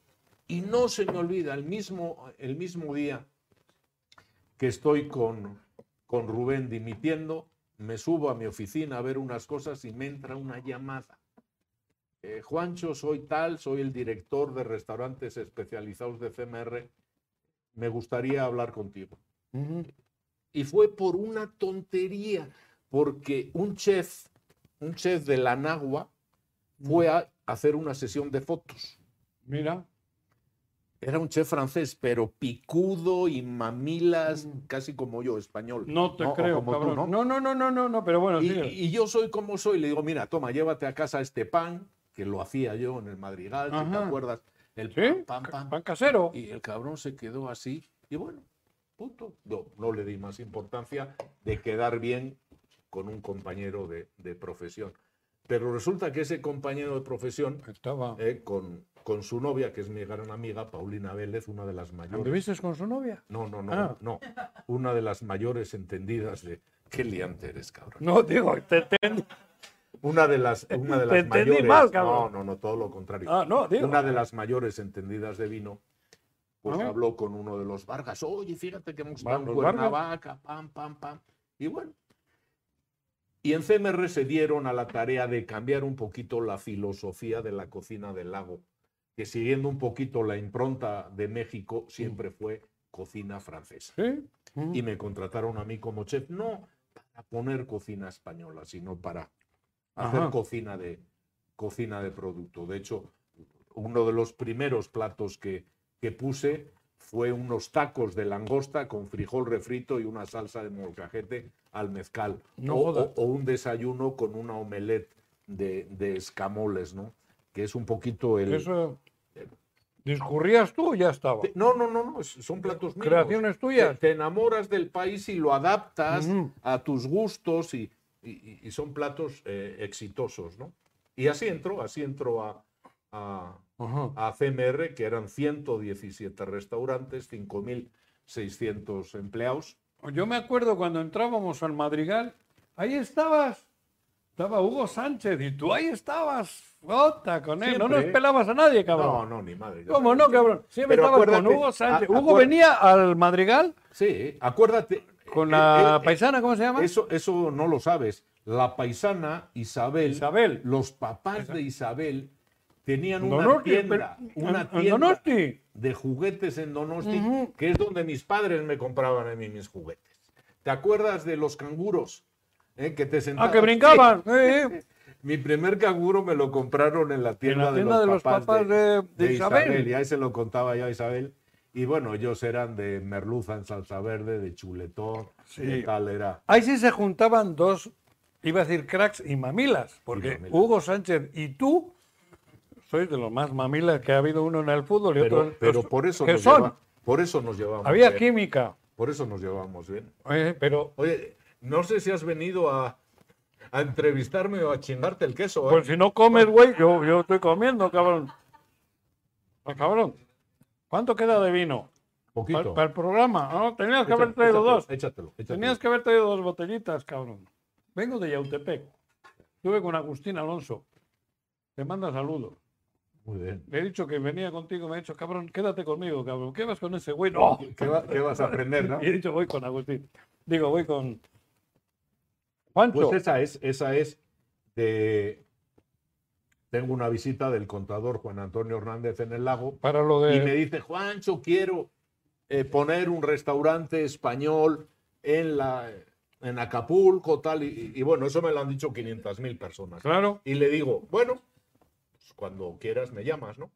Speaker 3: y no se me olvida, el mismo, el mismo día que estoy con, con Rubén dimitiendo, me subo a mi oficina a ver unas cosas y me entra una llamada. Eh, Juancho, soy tal, soy el director de restaurantes especializados de CMR. Me gustaría hablar contigo.
Speaker 2: Ujú.
Speaker 3: Y fue por una tontería, porque un chef, un chef de la Nagua, fue
Speaker 2: Mm.
Speaker 3: a hacer una sesión de fotos.
Speaker 2: Mira.
Speaker 3: Era un chef francés, pero picudo y mamilas,
Speaker 2: Mm.
Speaker 3: casi como yo, español.
Speaker 2: No te
Speaker 3: O
Speaker 2: creo,
Speaker 3: como tú,
Speaker 2: cabrón.
Speaker 3: ¿no?
Speaker 2: no, no, no, no, no, no, pero bueno,
Speaker 3: Y,
Speaker 2: sigue.
Speaker 3: y yo soy como soy. Le digo, mira, toma, llévate a casa este pan, que lo hacía yo en el Madrigal, si te
Speaker 2: Ajá.
Speaker 3: acuerdas. El
Speaker 2: ¿Sí?
Speaker 3: pan, pan, pan.
Speaker 2: Pan casero.
Speaker 3: Y el cabrón se quedó así. Y bueno, punto. No, no le di más importancia de quedar bien con un compañero de, de profesión. Pero resulta que ese compañero de profesión,
Speaker 2: Estaba.
Speaker 3: eh, con, con su novia, que es mi gran amiga, Paulina Vélez, una de las mayores.
Speaker 2: ¿Anduviste con su novia?
Speaker 3: No, no, no,
Speaker 2: Ah.
Speaker 3: no. Una de las mayores entendidas de qué liante
Speaker 2: [LAUGHS]
Speaker 3: eres, cabrón.
Speaker 2: [LAUGHS] No, digo, te entendí.
Speaker 3: Una de las, una
Speaker 2: Te
Speaker 3: de las
Speaker 2: entendí
Speaker 3: mayores.
Speaker 2: mal, cabrón.
Speaker 3: No, no, no, todo lo contrario.
Speaker 2: Ah, no, digo.
Speaker 3: una de las mayores entendidas de vino. Pues
Speaker 2: Ah.
Speaker 3: habló con uno de los Vargas. Oye, fíjate que hemos
Speaker 2: Va-
Speaker 3: estado en
Speaker 2: los Vargas.
Speaker 3: Cuernavaca, pam, pam, pam. Y bueno. Y en CMR se dieron a la tarea de cambiar un poquito la filosofía de la cocina del lago, que siguiendo un poquito la impronta de México siempre fue cocina francesa
Speaker 2: Sí.
Speaker 3: y me contrataron a mí como chef, no para poner cocina española, sino para hacer
Speaker 2: Ajá.
Speaker 3: cocina de cocina de producto. De hecho, uno de los primeros platos que, que puse fue unos tacos de langosta con frijol refrito y una salsa de molcajete al mezcal.
Speaker 2: No
Speaker 3: o,
Speaker 2: jodas.
Speaker 3: o- o un desayuno con una omelette de, de escamoles, ¿no? Que es un poquito el...
Speaker 2: Eso. ¿Discurrías tú o ya estaba?
Speaker 3: Te- No, no, no, no, es- son platos míos.
Speaker 2: Creaciones tuyas.
Speaker 3: Te, te enamoras del país y lo adaptas
Speaker 2: Ujú.
Speaker 3: a tus gustos y, y- y son platos eh, exitosos, ¿no? Y así entró, así entró a, a,
Speaker 2: Ajá.
Speaker 3: a CMR, que eran 117 restaurantes, 5.600 empleados.
Speaker 2: Yo me acuerdo cuando entrábamos al Madrigal, ahí estabas. Estaba Hugo Sánchez y tú ahí estabas, gota con él. No
Speaker 3: Siempre.
Speaker 2: nos pelabas a nadie, cabrón.
Speaker 3: No, no, ni madre. ya
Speaker 2: Ah, ¿Cómo
Speaker 3: sabes
Speaker 2: no,
Speaker 3: que-
Speaker 2: cabrón? Siempre
Speaker 3: Pero
Speaker 2: estabas con
Speaker 3: acuérdate,
Speaker 2: Hugo Sánchez.
Speaker 3: a-
Speaker 2: Hugo
Speaker 3: acuérdate-
Speaker 2: venía al Madrigal
Speaker 3: Sí, acuérdate.
Speaker 2: con
Speaker 3: eh,
Speaker 2: la
Speaker 3: eh, eh,
Speaker 2: paisana, ¿cómo se llama?
Speaker 3: Eso, eso no lo sabes. La paisana Isabel,
Speaker 2: Isabel.
Speaker 3: los papás de Isabel tenían una
Speaker 2: Donosti,
Speaker 3: tienda,
Speaker 2: pero-
Speaker 3: una
Speaker 2: en- en
Speaker 3: tienda
Speaker 2: Donosti.
Speaker 3: de juguetes en Donosti,
Speaker 2: Ujú.
Speaker 3: que es donde mis padres me compraban a mí mis juguetes. ¿Te acuerdas de los canguros eh, que te sentaban?
Speaker 2: Ah, que brincaban. eh, eh.
Speaker 3: Mi primer canguro me lo compraron en la tienda,
Speaker 2: tienda
Speaker 3: de, los papás de,
Speaker 2: de
Speaker 3: de
Speaker 2: Isabel.
Speaker 3: Isabel. Y ahí se lo contaba yo a Isabel. Y bueno, ellos eran de merluza en salsa verde, de chuletón,
Speaker 2: Sí.
Speaker 3: de tal era.
Speaker 2: Ahí sí se juntaban dos, iba a decir cracks y mamilas, porque
Speaker 3: mamilas.
Speaker 2: Hugo Sánchez y tú soy de los más mamilas que ha habido uno en el fútbol y otro
Speaker 3: Pero,
Speaker 2: en
Speaker 3: pero
Speaker 2: los-
Speaker 3: por, eso
Speaker 2: que
Speaker 3: nos
Speaker 2: son.
Speaker 3: lleva- por eso nos llevamos
Speaker 2: Había
Speaker 3: bien.
Speaker 2: química,
Speaker 3: Por eso nos llevamos bien.
Speaker 2: eh, pero
Speaker 3: Oye, no sé si has venido a, a entrevistarme o a chingarte el queso. ¿eh?
Speaker 2: pues si no comes, güey, yo, yo estoy comiendo, cabrón. Ah, cabrón, ¿cuánto queda de vino? Para,
Speaker 3: Poquito.
Speaker 2: el programa, Ah, ¿no? Tenías que
Speaker 3: Échate-
Speaker 2: haber traído
Speaker 3: échatelo,
Speaker 2: dos.
Speaker 3: Échatelo. échatelo.
Speaker 2: Tenías que haber traído dos botellitas, cabrón. Vengo de Yautepec. Estuve con Agustín Alonso. Te manda saludos.
Speaker 3: Muy bien.
Speaker 2: Le he dicho que venía contigo, me ha dicho, cabrón, quédate conmigo, cabrón. ¿Qué vas con ese güey? No.
Speaker 3: ¿Qué, va- qué vas a aprender, no?
Speaker 2: Y he dicho, voy con Agustín. Digo, voy con Pancho.
Speaker 3: Pues esa es, esa es de... Tengo una visita del contador Juan Antonio Hernández en el lago
Speaker 2: para lo de.
Speaker 3: y me dice, Juancho, quiero eh, poner un restaurante español en, la, en Acapulco, tal. Y, y bueno, eso me lo han dicho 500 mil personas.
Speaker 2: Claro.
Speaker 3: Y le digo, bueno, pues cuando quieras me llamas, ¿no?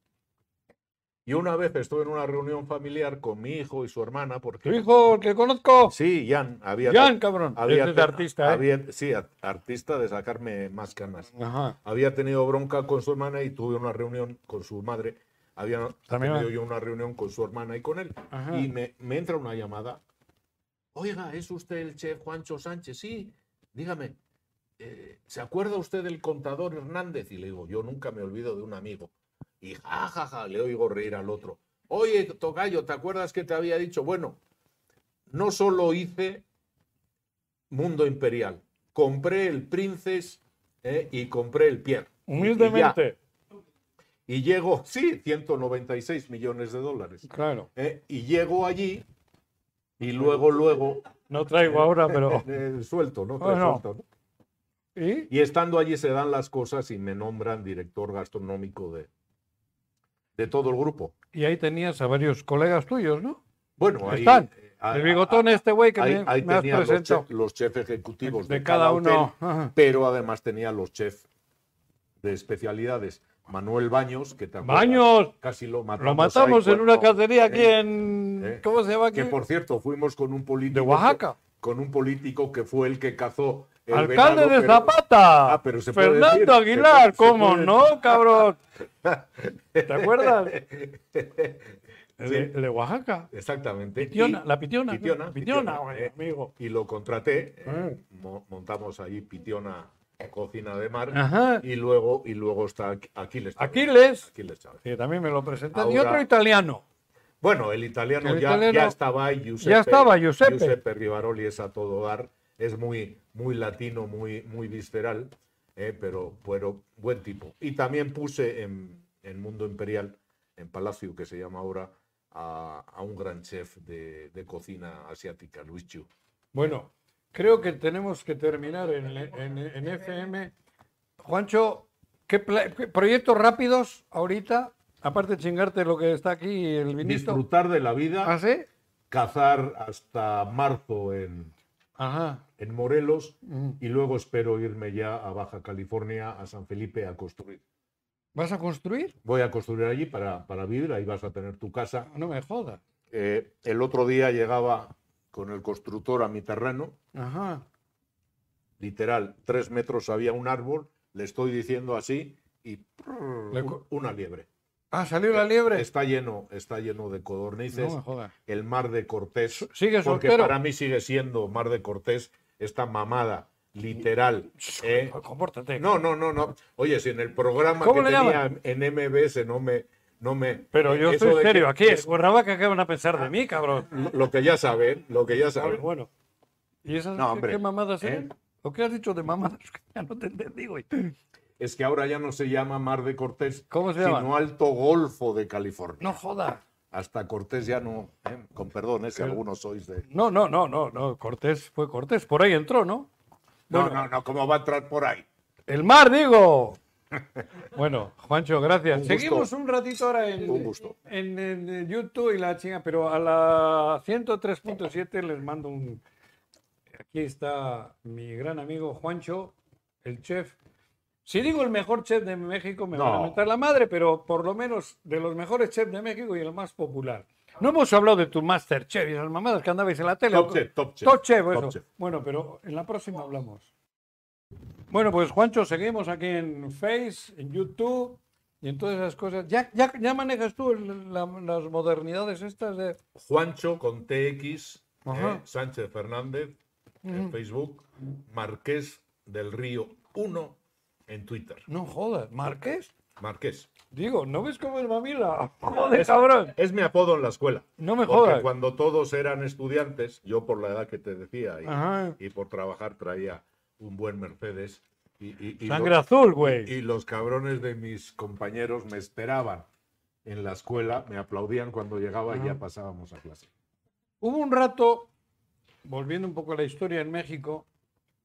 Speaker 3: Y una vez estuve en una reunión familiar con mi hijo y su hermana,
Speaker 2: Tu
Speaker 3: porque...
Speaker 2: hijo, el que conozco.
Speaker 3: Sí, Jan, había...
Speaker 2: Jan, cabrón.
Speaker 3: había
Speaker 2: Ese es artista, ¿eh?
Speaker 3: había- sí, a- artista de sacarme más canas.
Speaker 2: Ajá.
Speaker 3: Había tenido bronca con su hermana y tuve una reunión con su madre. Había
Speaker 2: También-
Speaker 3: tenido yo una reunión con su hermana y con él.
Speaker 2: Ajá.
Speaker 3: Y me, me entra una llamada. Oiga, ¿es usted el chef Juancho Sánchez? Sí, dígame. eh, ¿Se acuerda usted del contador Hernández? Y le digo, yo nunca me olvido de un amigo. Y jajaja, le oigo reír al otro. Oye, Tocayo, ¿te acuerdas que te había dicho? Bueno, no solo hice Mundo Imperial, compré el Princes eh, y compré el Pierre. Y,
Speaker 2: Humildemente.
Speaker 3: ya. Y llego, sí, 196 millones de dólares.
Speaker 2: Claro.
Speaker 3: Eh, y llego allí y luego, luego,
Speaker 2: No traigo ahora, pero.
Speaker 3: eh, suelto, ¿no?
Speaker 2: Ah, no.
Speaker 3: Suelto,
Speaker 2: [LAUGHS]
Speaker 3: ¿no?
Speaker 2: ¿Y?
Speaker 3: Y estando allí se dan las cosas y me nombran director gastronómico de, de todo el grupo.
Speaker 2: y ahí tenías a varios colegas tuyos, ¿no?
Speaker 3: Bueno, ahí,
Speaker 2: Están.
Speaker 3: eh, a-
Speaker 2: el bigotón
Speaker 3: a-
Speaker 2: este güey que
Speaker 3: ahí,
Speaker 2: me,
Speaker 3: ahí
Speaker 2: me has
Speaker 3: tenía los
Speaker 2: presentado.
Speaker 3: chef- los chefs ejecutivos
Speaker 2: de cada uno.
Speaker 3: hotel,
Speaker 2: Ajá.
Speaker 3: pero además tenía los chefs de especialidades. Manuel Baños, que te acuerdas,
Speaker 2: Baños.
Speaker 3: casi lo matamos.
Speaker 2: Lo matamos
Speaker 3: ahí,
Speaker 2: en una
Speaker 3: cuando-
Speaker 2: cacería aquí
Speaker 3: eh,
Speaker 2: en.
Speaker 3: eh,
Speaker 2: ¿Cómo se llama aquí?
Speaker 3: Que por cierto, fuimos con un político.
Speaker 2: De Oaxaca.
Speaker 3: Con un político que fue el que cazó. el
Speaker 2: Alcalde
Speaker 3: venado,
Speaker 2: de
Speaker 3: pero-
Speaker 2: Zapata.
Speaker 3: Ah, pero se puede
Speaker 2: Fernando
Speaker 3: decir, se
Speaker 2: Aguilar,
Speaker 3: puede- se
Speaker 2: ¿cómo
Speaker 3: puede-
Speaker 2: no, cabrón? ¿Te
Speaker 3: [LAUGHS]
Speaker 2: acuerdas? El de-
Speaker 3: Sí.
Speaker 2: el de Oaxaca.
Speaker 3: Exactamente.
Speaker 2: Pitiona,
Speaker 3: Y-
Speaker 2: la pitiona. ¿no?
Speaker 3: Pitiona, pitiona,
Speaker 2: güey,
Speaker 3: eh.
Speaker 2: amigo.
Speaker 3: Y lo contraté.
Speaker 2: Ah.
Speaker 3: eh, mo- montamos allí Pitiona Cocina de Mar.
Speaker 2: Ajá.
Speaker 3: Y luego, y luego está Aqu- Aquiles. Chávez.
Speaker 2: Aquiles,
Speaker 3: Aquiles Chávez.
Speaker 2: que también me lo presentan. Y
Speaker 3: Ahora-
Speaker 2: otro italiano.
Speaker 3: Bueno, el italiano,
Speaker 2: El
Speaker 3: ya,
Speaker 2: italiano-
Speaker 3: ya estaba ahí, Giuseppe,
Speaker 2: ya estaba Giuseppe.
Speaker 3: Rivaroli es a todo dar, es muy, muy latino, muy, muy visceral, eh, pero, pero buen tipo. Y también puse en, en Mundo Imperial, en Palacio, que se llama ahora, a, a un gran chef de, de cocina asiática, Luis Chu.
Speaker 2: Bueno, creo que tenemos que terminar en, en- en FM. Juancho, ¿qué, pla- qué proyectos rápidos ahorita? Aparte de chingarte lo que está aquí, el vinito.
Speaker 3: Disfrutar de la vida,
Speaker 2: ¿Ah, sí?
Speaker 3: cazar hasta marzo en,
Speaker 2: Ajá.
Speaker 3: en Morelos
Speaker 2: Mm.
Speaker 3: y luego espero irme ya a Baja California, a San Felipe, a construir.
Speaker 2: ¿Vas a construir?
Speaker 3: voy a construir allí para, para vivir, ahí vas a tener tu casa.
Speaker 2: No me jodas.
Speaker 3: Eh, el otro día llegaba con el constructor a mi terreno,
Speaker 2: Ajá.
Speaker 3: literal, tres metros había un árbol, le estoy diciendo así y prrr,
Speaker 2: Le
Speaker 3: un-
Speaker 2: co-
Speaker 3: una liebre.
Speaker 2: Ah, salió la liebre.
Speaker 3: Está lleno, está lleno de
Speaker 2: No
Speaker 3: codornices,
Speaker 2: me jodas.
Speaker 3: el mar de Cortés,
Speaker 2: Sigue
Speaker 3: porque
Speaker 2: soltero.
Speaker 3: para mí sigue siendo mar de Cortés esta mamada, literal. ¿eh?
Speaker 2: Compórtate.
Speaker 3: No, no, no, no. Oye, si en el programa
Speaker 2: ¿Cómo
Speaker 3: que
Speaker 2: le
Speaker 3: tenía en MBS no me, no me.
Speaker 2: Pero yo
Speaker 3: eso
Speaker 2: estoy
Speaker 3: de que-
Speaker 2: serio aquí.
Speaker 3: es-
Speaker 2: Es Cuernavaca, ¿qué van a pensar de mí, cabrón?
Speaker 3: Lo- lo que ya saben, lo que ya
Speaker 2: Bueno,
Speaker 3: saben.
Speaker 2: bueno. ¿Y esas
Speaker 3: No,
Speaker 2: qué-
Speaker 3: hombre,
Speaker 2: qué mamadas
Speaker 3: ¿eh?
Speaker 2: eran? ¿O qué has dicho de mamadas? [LAUGHS] Ya no te entendí, güey.
Speaker 3: Es que ahora ya no se llama Mar de Cortés,
Speaker 2: ¿Cómo se llama?
Speaker 3: sino Alto Golfo de California.
Speaker 2: No joda.
Speaker 3: Hasta Cortés ya no, ¿eh? con perdón, es que
Speaker 2: El-
Speaker 3: algunos sois de...
Speaker 2: No, no, no, no, no. Cortés fue Cortés. Por ahí entró, ¿no?
Speaker 3: No,
Speaker 2: Bueno.
Speaker 3: no, no, ¿cómo va a entrar por ahí?
Speaker 2: El mar,
Speaker 3: [LAUGHS]
Speaker 2: digo. Bueno, Juancho, gracias.
Speaker 3: Un gusto.
Speaker 2: Seguimos un ratito ahora en,
Speaker 3: Un gusto.
Speaker 2: en, en YouTube y la chinga, pero a la 103.7 les mando un... Aquí está mi gran amigo Juancho, el chef. Si digo el mejor chef de México, me van a
Speaker 3: No.
Speaker 2: mentar la madre, pero por lo menos de los mejores chefs de México y el más popular. No hemos hablado de tu master chef y esas mamadas que andabais en la tele.
Speaker 3: Top Chef, Top Chef.
Speaker 2: Top Chef, eso.
Speaker 3: Top Chef.
Speaker 2: Bueno, pero en la próxima hablamos. Bueno, pues Juancho, seguimos aquí en Face, en YouTube y en todas esas cosas. ¿Ya, ya, ya manejas tú el- la- las modernidades estas de...
Speaker 3: Juancho con TX,
Speaker 2: Ajá.
Speaker 3: eh, Sánchez Fernández en
Speaker 2: Ujú.
Speaker 3: Facebook, Marqués del Río 1 en Twitter.
Speaker 2: No jodas, Marqués.
Speaker 3: Marqués.
Speaker 2: Digo, ¿no ves cómo es mamila? [LAUGHS] Joder, cabrón.
Speaker 3: Es mi apodo en la escuela.
Speaker 2: No me
Speaker 3: porque
Speaker 2: jodas.
Speaker 3: cuando todos eran estudiantes, yo por la edad que te decía y,
Speaker 2: Ajá.
Speaker 3: y por trabajar traía un buen Mercedes. Y, y- y
Speaker 2: Sangre
Speaker 3: lo-
Speaker 2: azul, güey.
Speaker 3: y los cabrones de mis compañeros me esperaban en la escuela, me aplaudían cuando llegaba y ya pasábamos a clase.
Speaker 2: Hubo un rato, volviendo un poco a la historia en México,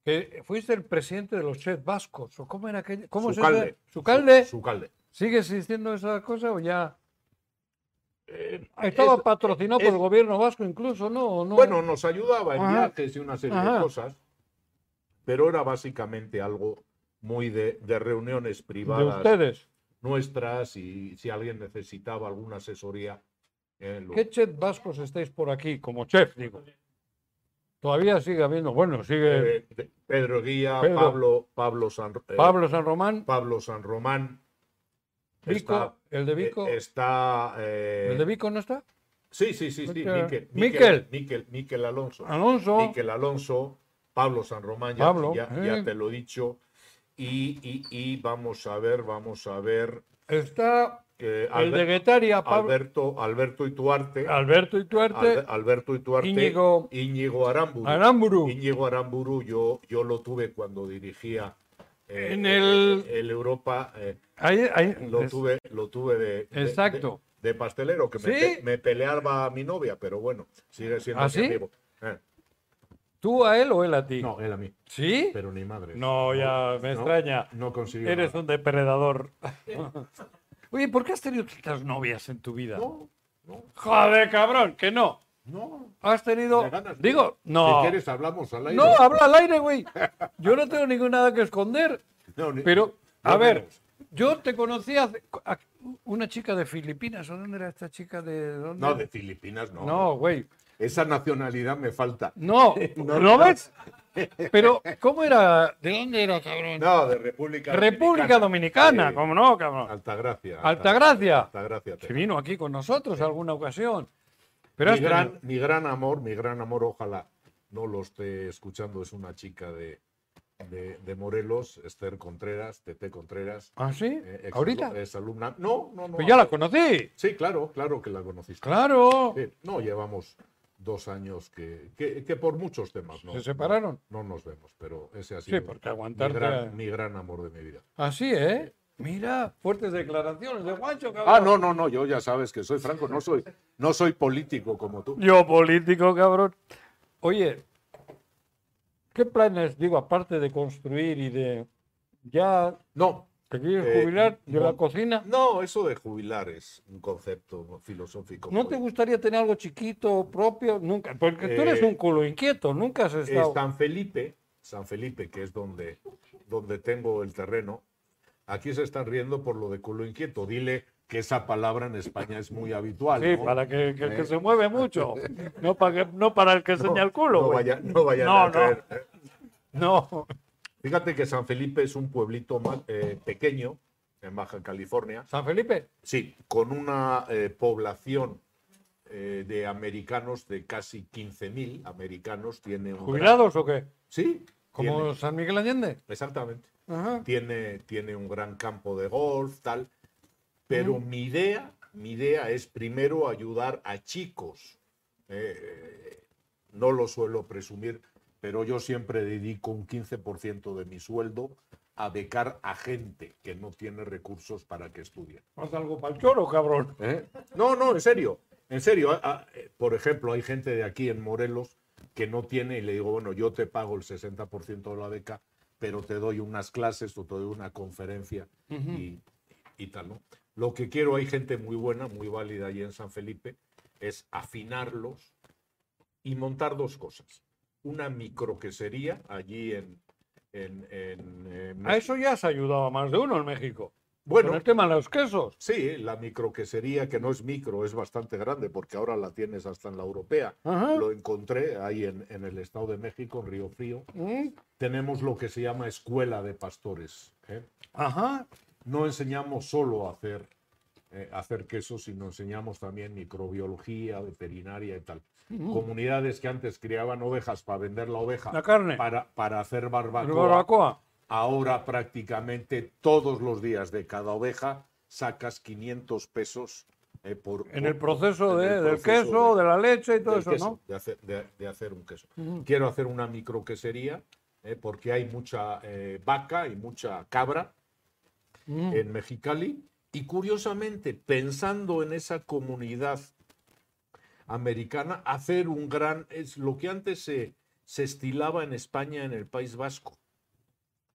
Speaker 2: que fuiste el presidente de los chefs vascos. ¿O cómo era aquello? ¿Cómo se
Speaker 3: Sucalde.
Speaker 2: llama? ¿Sucalde?
Speaker 3: Su calde.
Speaker 2: ¿Sigue existiendo esa cosa o ya?
Speaker 3: Eh,
Speaker 2: Estaba patrocinado por el gobierno vasco incluso, ¿no? ¿O no?
Speaker 3: Bueno, nos ayudaba en
Speaker 2: Ajá.
Speaker 3: viajes y una serie de
Speaker 2: Ajá.
Speaker 3: cosas, pero era básicamente algo muy de, de reuniones
Speaker 2: de
Speaker 3: privadas
Speaker 2: ustedes.
Speaker 3: nuestras y si alguien necesitaba alguna asesoría. eh, lo-
Speaker 2: ¿Qué chefs vascos estáis por aquí como chef, digo? Todavía sigue habiendo, bueno, sigue
Speaker 3: eh, de- Pedro Guía,
Speaker 2: Pedro.
Speaker 3: Pablo, Pablo San eh,
Speaker 2: Pablo San Román,
Speaker 3: Pablo San Román.
Speaker 2: Vico,
Speaker 3: eh, está-
Speaker 2: el de Vico.
Speaker 3: eh, Está. eh,
Speaker 2: ¿El de Vico no está?
Speaker 3: Sí, sí, sí, sí.
Speaker 2: Miquel.
Speaker 3: Miquel.
Speaker 2: Miquel.
Speaker 3: Miquel. Miquel- Miquel Alonso.
Speaker 2: Alonso.
Speaker 3: Miquel Alonso. Pablo San Román, ya,
Speaker 2: Pablo,
Speaker 3: ya,
Speaker 2: eh.
Speaker 3: ya te lo he dicho. Y, y- y vamos a ver, vamos a ver.
Speaker 2: Está
Speaker 3: eh,
Speaker 2: el de
Speaker 3: Alber-
Speaker 2: Guetaria, Pablo,
Speaker 3: Alberto, Alberto Ituarte.
Speaker 2: Alberto Ituarte,
Speaker 3: Albe- Alberto Ituarte.
Speaker 2: Íñigo-
Speaker 3: Íñigo Aramburu.
Speaker 2: Aramburu.
Speaker 3: Íñigo Aramburu, yo, yo lo tuve cuando dirigía eh,
Speaker 2: En el-
Speaker 3: Europa. eh,
Speaker 2: Ahí- ahí-
Speaker 3: lo tuve, lo tuve de, de-
Speaker 2: Exacto.
Speaker 3: de, de pastelero, que me,
Speaker 2: ¿Sí?
Speaker 3: pe- me peleaba a mi novia, pero bueno, sigue siendo
Speaker 2: ¿Ah,
Speaker 3: mi
Speaker 2: sí?
Speaker 3: amigo. Eh,
Speaker 2: ¿Tú a él o él a ti?
Speaker 3: no, él a mí,
Speaker 2: ¿Sí?
Speaker 3: pero ni madre.
Speaker 2: No, ya me extraña.
Speaker 3: No consiguió.
Speaker 2: Eres
Speaker 3: nada.
Speaker 2: un depredador. [LAUGHS] Oye, ¿por qué has tenido tantas novias en tu vida?
Speaker 3: No, no,
Speaker 2: Joder, cabrón, que no.
Speaker 3: no.
Speaker 2: Has tenido.
Speaker 3: de ganas,
Speaker 2: Digo,
Speaker 3: si
Speaker 2: no.
Speaker 3: quieres, hablamos al aire.
Speaker 2: No, habla al aire, güey. Yo no tengo ningún nada que esconder.
Speaker 3: No, ni-
Speaker 2: Pero, a
Speaker 3: no
Speaker 2: ver,
Speaker 3: menos.
Speaker 2: yo te conocí hace- a- una chica de Filipinas. ¿O dónde era esta chica de dónde?
Speaker 3: No, de Filipinas no.
Speaker 2: No, güey.
Speaker 3: Esa nacionalidad me falta.
Speaker 2: No,
Speaker 3: [LAUGHS] No,
Speaker 2: ¿lo
Speaker 3: no.
Speaker 2: ves? Pero, ¿cómo era? ¿De dónde era, cabrón?
Speaker 3: No, de República
Speaker 2: República Dominicana,
Speaker 3: Sí.
Speaker 2: cómo no, cabrón.
Speaker 3: Altagracia.
Speaker 2: Altagracia.
Speaker 3: Altagracia.
Speaker 2: Se vino aquí con nosotros alguna ocasión. Pero este
Speaker 3: mi,
Speaker 2: has
Speaker 3: gran,
Speaker 2: tenido-
Speaker 3: mi gran amor, mi gran amor, ojalá no lo esté escuchando, es una chica de, de, de Morelos, Esther Contreras, Tete Contreras.
Speaker 2: ¿Ah, sí?
Speaker 3: eh, ex-
Speaker 2: ¿Ahorita?
Speaker 3: ex alumna. No, no, no.
Speaker 2: Pues ya la conocí.
Speaker 3: Sí, claro, claro que la conociste.
Speaker 2: Claro.
Speaker 3: Sí, no, llevamos dos años que, que, que por muchos temas. No,
Speaker 2: ¿Se separaron?
Speaker 3: No, nos vemos, pero ese ha
Speaker 2: Sí,
Speaker 3: sido
Speaker 2: porque
Speaker 3: mi,
Speaker 2: aguantarte.
Speaker 3: gran, mi gran amor de mi vida.
Speaker 2: Así, ¿eh? Mira, fuertes declaraciones de Guancho, cabrón.
Speaker 3: Ah, no, no, no, yo ya sabes que soy franco, no soy, no soy político como tú.
Speaker 2: Yo político, cabrón. Oye, ¿qué planes, digo, aparte de construir y de. Ya,
Speaker 3: No,
Speaker 2: ¿te quieres
Speaker 3: Eh,
Speaker 2: jubilar de la
Speaker 3: no.
Speaker 2: cocina?
Speaker 3: No, eso de jubilar es un concepto filosófico.
Speaker 2: ¿No te
Speaker 3: muy-
Speaker 2: gustaría tener algo chiquito, propio? Nunca, porque tú eres
Speaker 3: Eh,
Speaker 2: un culo inquieto, nunca has
Speaker 3: Eh,
Speaker 2: estado.
Speaker 3: San Felipe, San Felipe, que es donde, donde tengo el terreno, aquí se están riendo por lo de culo inquieto. Dile que esa palabra en España es muy habitual.
Speaker 2: Sí,
Speaker 3: ¿no?
Speaker 2: para que, que el que
Speaker 3: Eh,
Speaker 2: se mueve mucho, no para, que- no para el que enseña el culo.
Speaker 3: No
Speaker 2: güey.
Speaker 3: vaya- no vayan
Speaker 2: No,
Speaker 3: a
Speaker 2: no.
Speaker 3: creer.
Speaker 2: No.
Speaker 3: Fíjate que San Felipe es un pueblito ma- eh, pequeño en Baja California,
Speaker 2: San Felipe,
Speaker 3: sí, con una eh, población eh, de americanos de casi 15.000 americanos. Tiene un gran-
Speaker 2: ¿jubilados o qué?
Speaker 3: Sí.
Speaker 2: Como
Speaker 3: tiene-
Speaker 2: San Miguel Allende.
Speaker 3: Exactamente.
Speaker 2: Ajá.
Speaker 3: Tiene, tiene un gran campo de golf, tal. Pero mi idea, mi idea es primero ayudar a chicos. Eh, no lo suelo presumir, pero yo siempre dedico un 15% de mi sueldo a becar a gente que no tiene recursos para que estudie.
Speaker 2: Haz algo para el choro, cabrón.
Speaker 3: ¿Eh? No, no, en serio. En serio. Ah, ah, eh, Por ejemplo, hay gente de aquí en Morelos que no tiene y le digo, bueno, yo te pago el 60% de la beca, pero te doy unas clases o te doy una conferencia y, y tal, ¿no? Lo que quiero, hay gente muy buena, muy válida allí en San Felipe, es afinarlos y montar dos cosas. Una microquesería allí en... en- en, eh,
Speaker 2: A eso ya se ayudaba más de uno en México.
Speaker 3: bueno,
Speaker 2: Con el tema de los quesos.
Speaker 3: Sí, la microquesería, que no es micro, es bastante grande, porque ahora la tienes hasta en la europea.
Speaker 2: Ajá.
Speaker 3: Lo encontré ahí en, en el Estado de México, en Río Frío.
Speaker 2: Mm.
Speaker 3: Tenemos lo que se llama escuela de pastores. ¿eh?
Speaker 2: Ajá.
Speaker 3: no enseñamos solo a hacer, eh, a hacer queso, sino enseñamos también microbiología, veterinaria y tal. Comunidades que antes criaban ovejas para vender la oveja,
Speaker 2: La carne.
Speaker 3: Para, para hacer
Speaker 2: El
Speaker 3: barbacoa,
Speaker 2: barbacoa.
Speaker 3: ahora prácticamente todos los días de cada oveja sacas 500 pesos eh, por,
Speaker 2: En
Speaker 3: por-
Speaker 2: el proceso
Speaker 3: en
Speaker 2: de-
Speaker 3: el
Speaker 2: del
Speaker 3: proceso
Speaker 2: queso, de, la leche y todo
Speaker 3: del
Speaker 2: eso,
Speaker 3: queso,
Speaker 2: ¿no?
Speaker 3: de, hacer, de- de hacer un queso. Quiero hacer una microquesería eh, porque hay mucha eh, vaca y mucha cabra en Mexicali. Y curiosamente, pensando en esa comunidad americana, hacer un gran, es lo que antes se, se estilaba en España, en el País Vasco,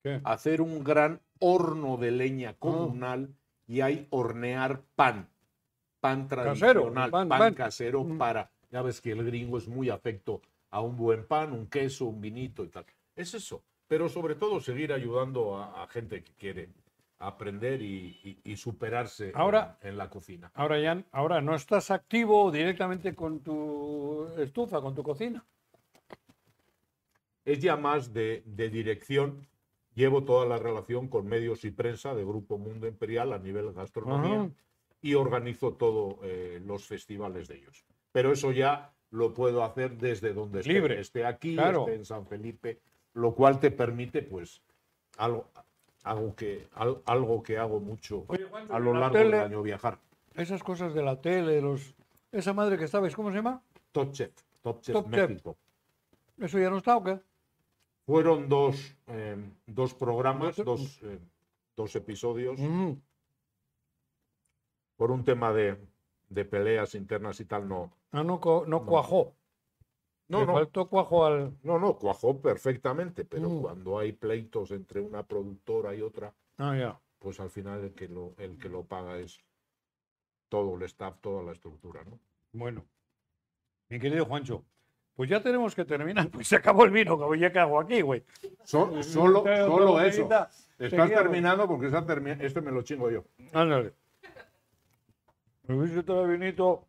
Speaker 2: ¿Qué?
Speaker 3: hacer un gran horno de leña
Speaker 2: Ah.
Speaker 3: comunal y ahí hornear pan, pan tradicional,
Speaker 2: pan,
Speaker 3: pan,
Speaker 2: pan.
Speaker 3: casero
Speaker 2: Mm.
Speaker 3: para, ya ves que el gringo es muy afecto a un buen pan, un queso, un vinito y tal. Es eso, pero sobre todo seguir ayudando a, a gente que quiere aprender y, y- y superarse en-
Speaker 2: Ahora-
Speaker 3: en la cocina.
Speaker 2: Ahora, ya, ahora no estás activo directamente con tu estufa, con tu cocina.
Speaker 3: es ya más de, de dirección. Llevo toda la relación con medios y prensa de Grupo Mundo Imperial a nivel gastronomía
Speaker 2: Ajá.
Speaker 3: y organizo todos los festivales de ellos. Pero eso ya lo puedo hacer desde donde esté,
Speaker 2: Libre,
Speaker 3: esté aquí,
Speaker 2: claro.
Speaker 3: esté en San Felipe, lo cual te permite, pues, algo, algo, que, al- algo que hago mucho
Speaker 2: Oye, Juancho,
Speaker 3: a lo
Speaker 2: la
Speaker 3: largo del
Speaker 2: tele-
Speaker 3: año viajar.
Speaker 2: Esas cosas de la tele, los... esa madre que sabes, ¿cómo se llama?
Speaker 3: Top Chef, Top Chef
Speaker 2: Top Chef.
Speaker 3: México.
Speaker 2: ¿Eso ya no está o qué?
Speaker 3: Fueron dos, eh, dos programas,
Speaker 2: Dos-
Speaker 3: dos, eh, dos episodios.
Speaker 2: Ujú.
Speaker 3: por un tema de, de peleas internas y tal, no.
Speaker 2: Ah, no, co- no cuajó.
Speaker 3: No,
Speaker 2: Le
Speaker 3: no,
Speaker 2: faltó cuajo al...
Speaker 3: no, no, cuajó perfectamente, pero
Speaker 2: Mm.
Speaker 3: cuando hay pleitos entre una productora y otra,
Speaker 2: Ah, ya.
Speaker 3: pues al final el que lo, el que lo paga es todo el staff, toda la estructura, ¿no?
Speaker 2: Bueno, mi querido Juancho, pues ya tenemos que terminar, [LAUGHS] pues se acabó el vino, como ya que hago aquí, güey.
Speaker 3: So- solo
Speaker 2: Otra
Speaker 3: solo eso.
Speaker 2: botellita,
Speaker 3: Estás
Speaker 2: seguíamos.
Speaker 3: terminando porque está termi- este me lo chingo yo.
Speaker 2: Ándale. ¿Me hubiese traído vinito?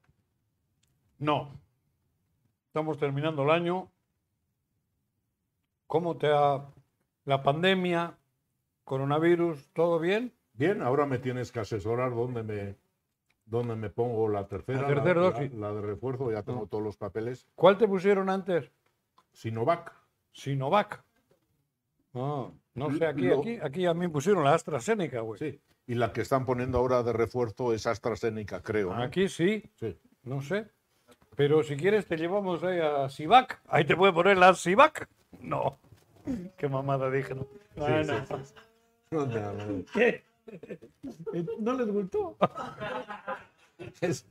Speaker 2: No. Estamos terminando el año. ¿Cómo te ha... la pandemia, coronavirus, todo bien?
Speaker 3: Bien, ahora me tienes que asesorar dónde me, dónde me pongo la tercera,
Speaker 2: La tercera dosis. Mm.
Speaker 3: la de refuerzo, ya tengo todos los papeles.
Speaker 2: ¿Cuál te pusieron antes?
Speaker 3: Sinovac.
Speaker 2: Sinovac. Ah, no sé, aquí,
Speaker 3: Lo-
Speaker 2: aquí, aquí a mí me pusieron la AstraZeneca, güey.
Speaker 3: Sí, y la que están poniendo ahora de refuerzo es AstraZeneca, creo. ¿no?
Speaker 2: Aquí sí,
Speaker 3: Sí.
Speaker 2: No sé. Pero si quieres te llevamos ahí a Sibac. Ahí te puede poner la Sibac. No. Qué mamada dije. No, Ah, no.
Speaker 3: No, no, no.
Speaker 2: ¿Qué? ¿No les gustó?
Speaker 3: Es,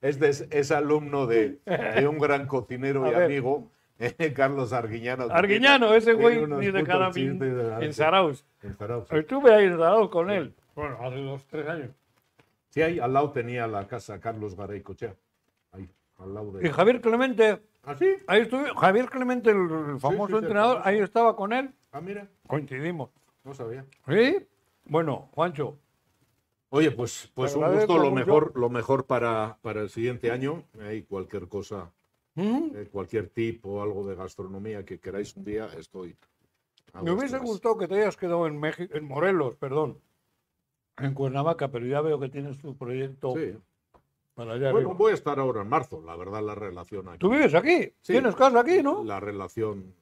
Speaker 3: es de- es alumno de, de un gran cocinero
Speaker 2: A
Speaker 3: y
Speaker 2: ver.
Speaker 3: amigo, eh, Carlos Arguiñano. que
Speaker 2: Arguiñano, ese
Speaker 3: tiene
Speaker 2: güey
Speaker 3: unos
Speaker 2: ni de
Speaker 3: putos
Speaker 2: cara
Speaker 3: chistes de la-
Speaker 2: en Saraus.
Speaker 3: en Zarauz.
Speaker 2: Estuve ahí en Saraus con él. Bueno, hace dos, tres años.
Speaker 3: Sí, ahí al lado tenía la casa Carlos Garay Cochea. Ahí, al lado
Speaker 2: Y
Speaker 3: de...
Speaker 2: Javier Clemente,
Speaker 3: ¿Ah, sí?
Speaker 2: ahí estuve. Javier Clemente, el famoso
Speaker 3: sí, sí, el
Speaker 2: entrenador,
Speaker 3: famoso.
Speaker 2: ahí estaba con él.
Speaker 3: Ah, mira,
Speaker 2: Coincidimos.
Speaker 3: no sabía.
Speaker 2: ¿Sí? Bueno, Juancho,
Speaker 3: Oye, pues, pues
Speaker 2: Te
Speaker 3: un
Speaker 2: agradezco
Speaker 3: gusto, lo
Speaker 2: mucho.
Speaker 3: mejor, lo mejor para, para el siguiente año. Ahí cualquier cosa
Speaker 2: ¿Mm?
Speaker 3: eh, cualquier tipo o algo de gastronomía que queráis un día, estoy. a
Speaker 2: me hubiese
Speaker 3: vuestras.
Speaker 2: gustado que te hayas quedado en, Meji- en Morelos, perdón, en Cuernavaca, pero ya veo que tienes tu proyecto
Speaker 3: Sí.
Speaker 2: para allá
Speaker 3: Bueno,
Speaker 2: arriba.
Speaker 3: voy a estar ahora en marzo, la verdad, la relación aquí.
Speaker 2: Tú vives aquí,
Speaker 3: Sí.
Speaker 2: tienes casa aquí, ¿no?
Speaker 3: La relación,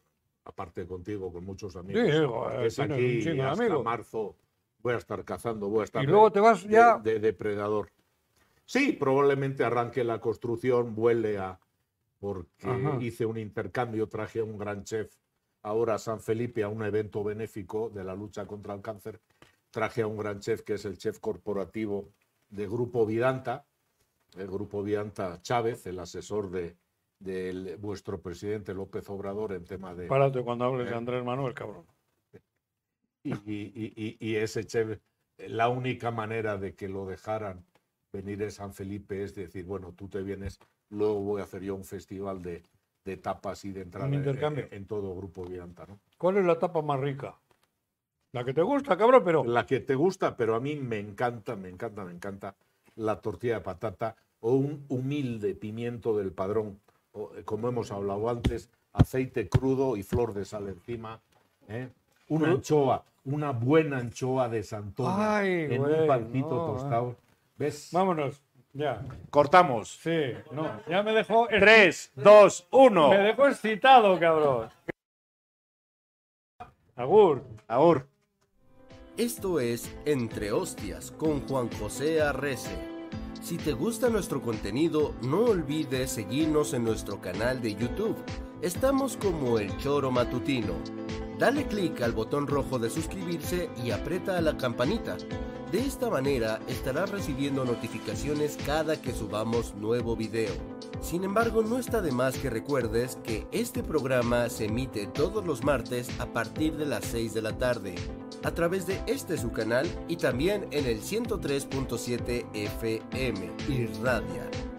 Speaker 3: aparte contigo, con muchos amigos.
Speaker 2: Sí, joder,
Speaker 3: es
Speaker 2: tienes
Speaker 3: aquí
Speaker 2: un chingo de
Speaker 3: hasta
Speaker 2: amigos.
Speaker 3: marzo. Voy a estar cazando, voy a estar
Speaker 2: Y luego te vas
Speaker 3: de-
Speaker 2: ya-
Speaker 3: de depredador. Sí, probablemente arranque la construcción, vuele a. Porque
Speaker 2: Ajá.
Speaker 3: hice un intercambio, traje a un gran chef ahora a San Felipe a un evento benéfico de la lucha contra el cáncer. Traje a un gran chef que es el chef corporativo de Grupo Vidanta, el Grupo Vidanta Chávez, el asesor de, del vuestro presidente López Obrador en tema de, Eh.
Speaker 2: Párate cuando hables de Andrés Manuel, cabrón.
Speaker 3: y, y- y- y ese chef, la única manera de que lo dejaran venir a San Felipe es decir, bueno, tú te vienes, luego voy a hacer yo un festival de, de tapas y de entrada
Speaker 2: Un
Speaker 3: en-
Speaker 2: intercambio.
Speaker 3: En, en todo Grupo Vidanta, ¿no?
Speaker 2: ¿Cuál es la tapa más rica? La que te gusta, cabrón, pero
Speaker 3: La que te gusta, pero a mí me encanta, me encanta, me encanta la tortilla de patata o un humilde pimiento del padrón, o, eh, como hemos hablado antes, aceite crudo y flor de sal encima, ¿eh? una anchoa, una buena anchoa de Santona
Speaker 2: Ay,
Speaker 3: en
Speaker 2: güey,
Speaker 3: un palpito
Speaker 2: no,
Speaker 3: tostado. ¿Ves?
Speaker 2: Vámonos, ya.
Speaker 4: Cortamos.
Speaker 2: Sí, no, ya me dejó.
Speaker 4: Tres, dos, uno.
Speaker 2: Me dejó excitado, cabrón. Agur.
Speaker 4: Ahora.
Speaker 1: Esto es Entre Hostias con Juan José Arrece. Si te gusta nuestro contenido, no olvides seguirnos en nuestro canal de YouTube. Estamos como El Choro Matutino. Dale clic al botón rojo de suscribirse y aprieta a la campanita. De esta manera estarás recibiendo notificaciones cada que subamos nuevo video. Sin embargo, no está de más que recuerdes que este programa se emite todos los martes a partir de las 6 de la tarde a través de este su canal y también en el 103.7 FM Irradia.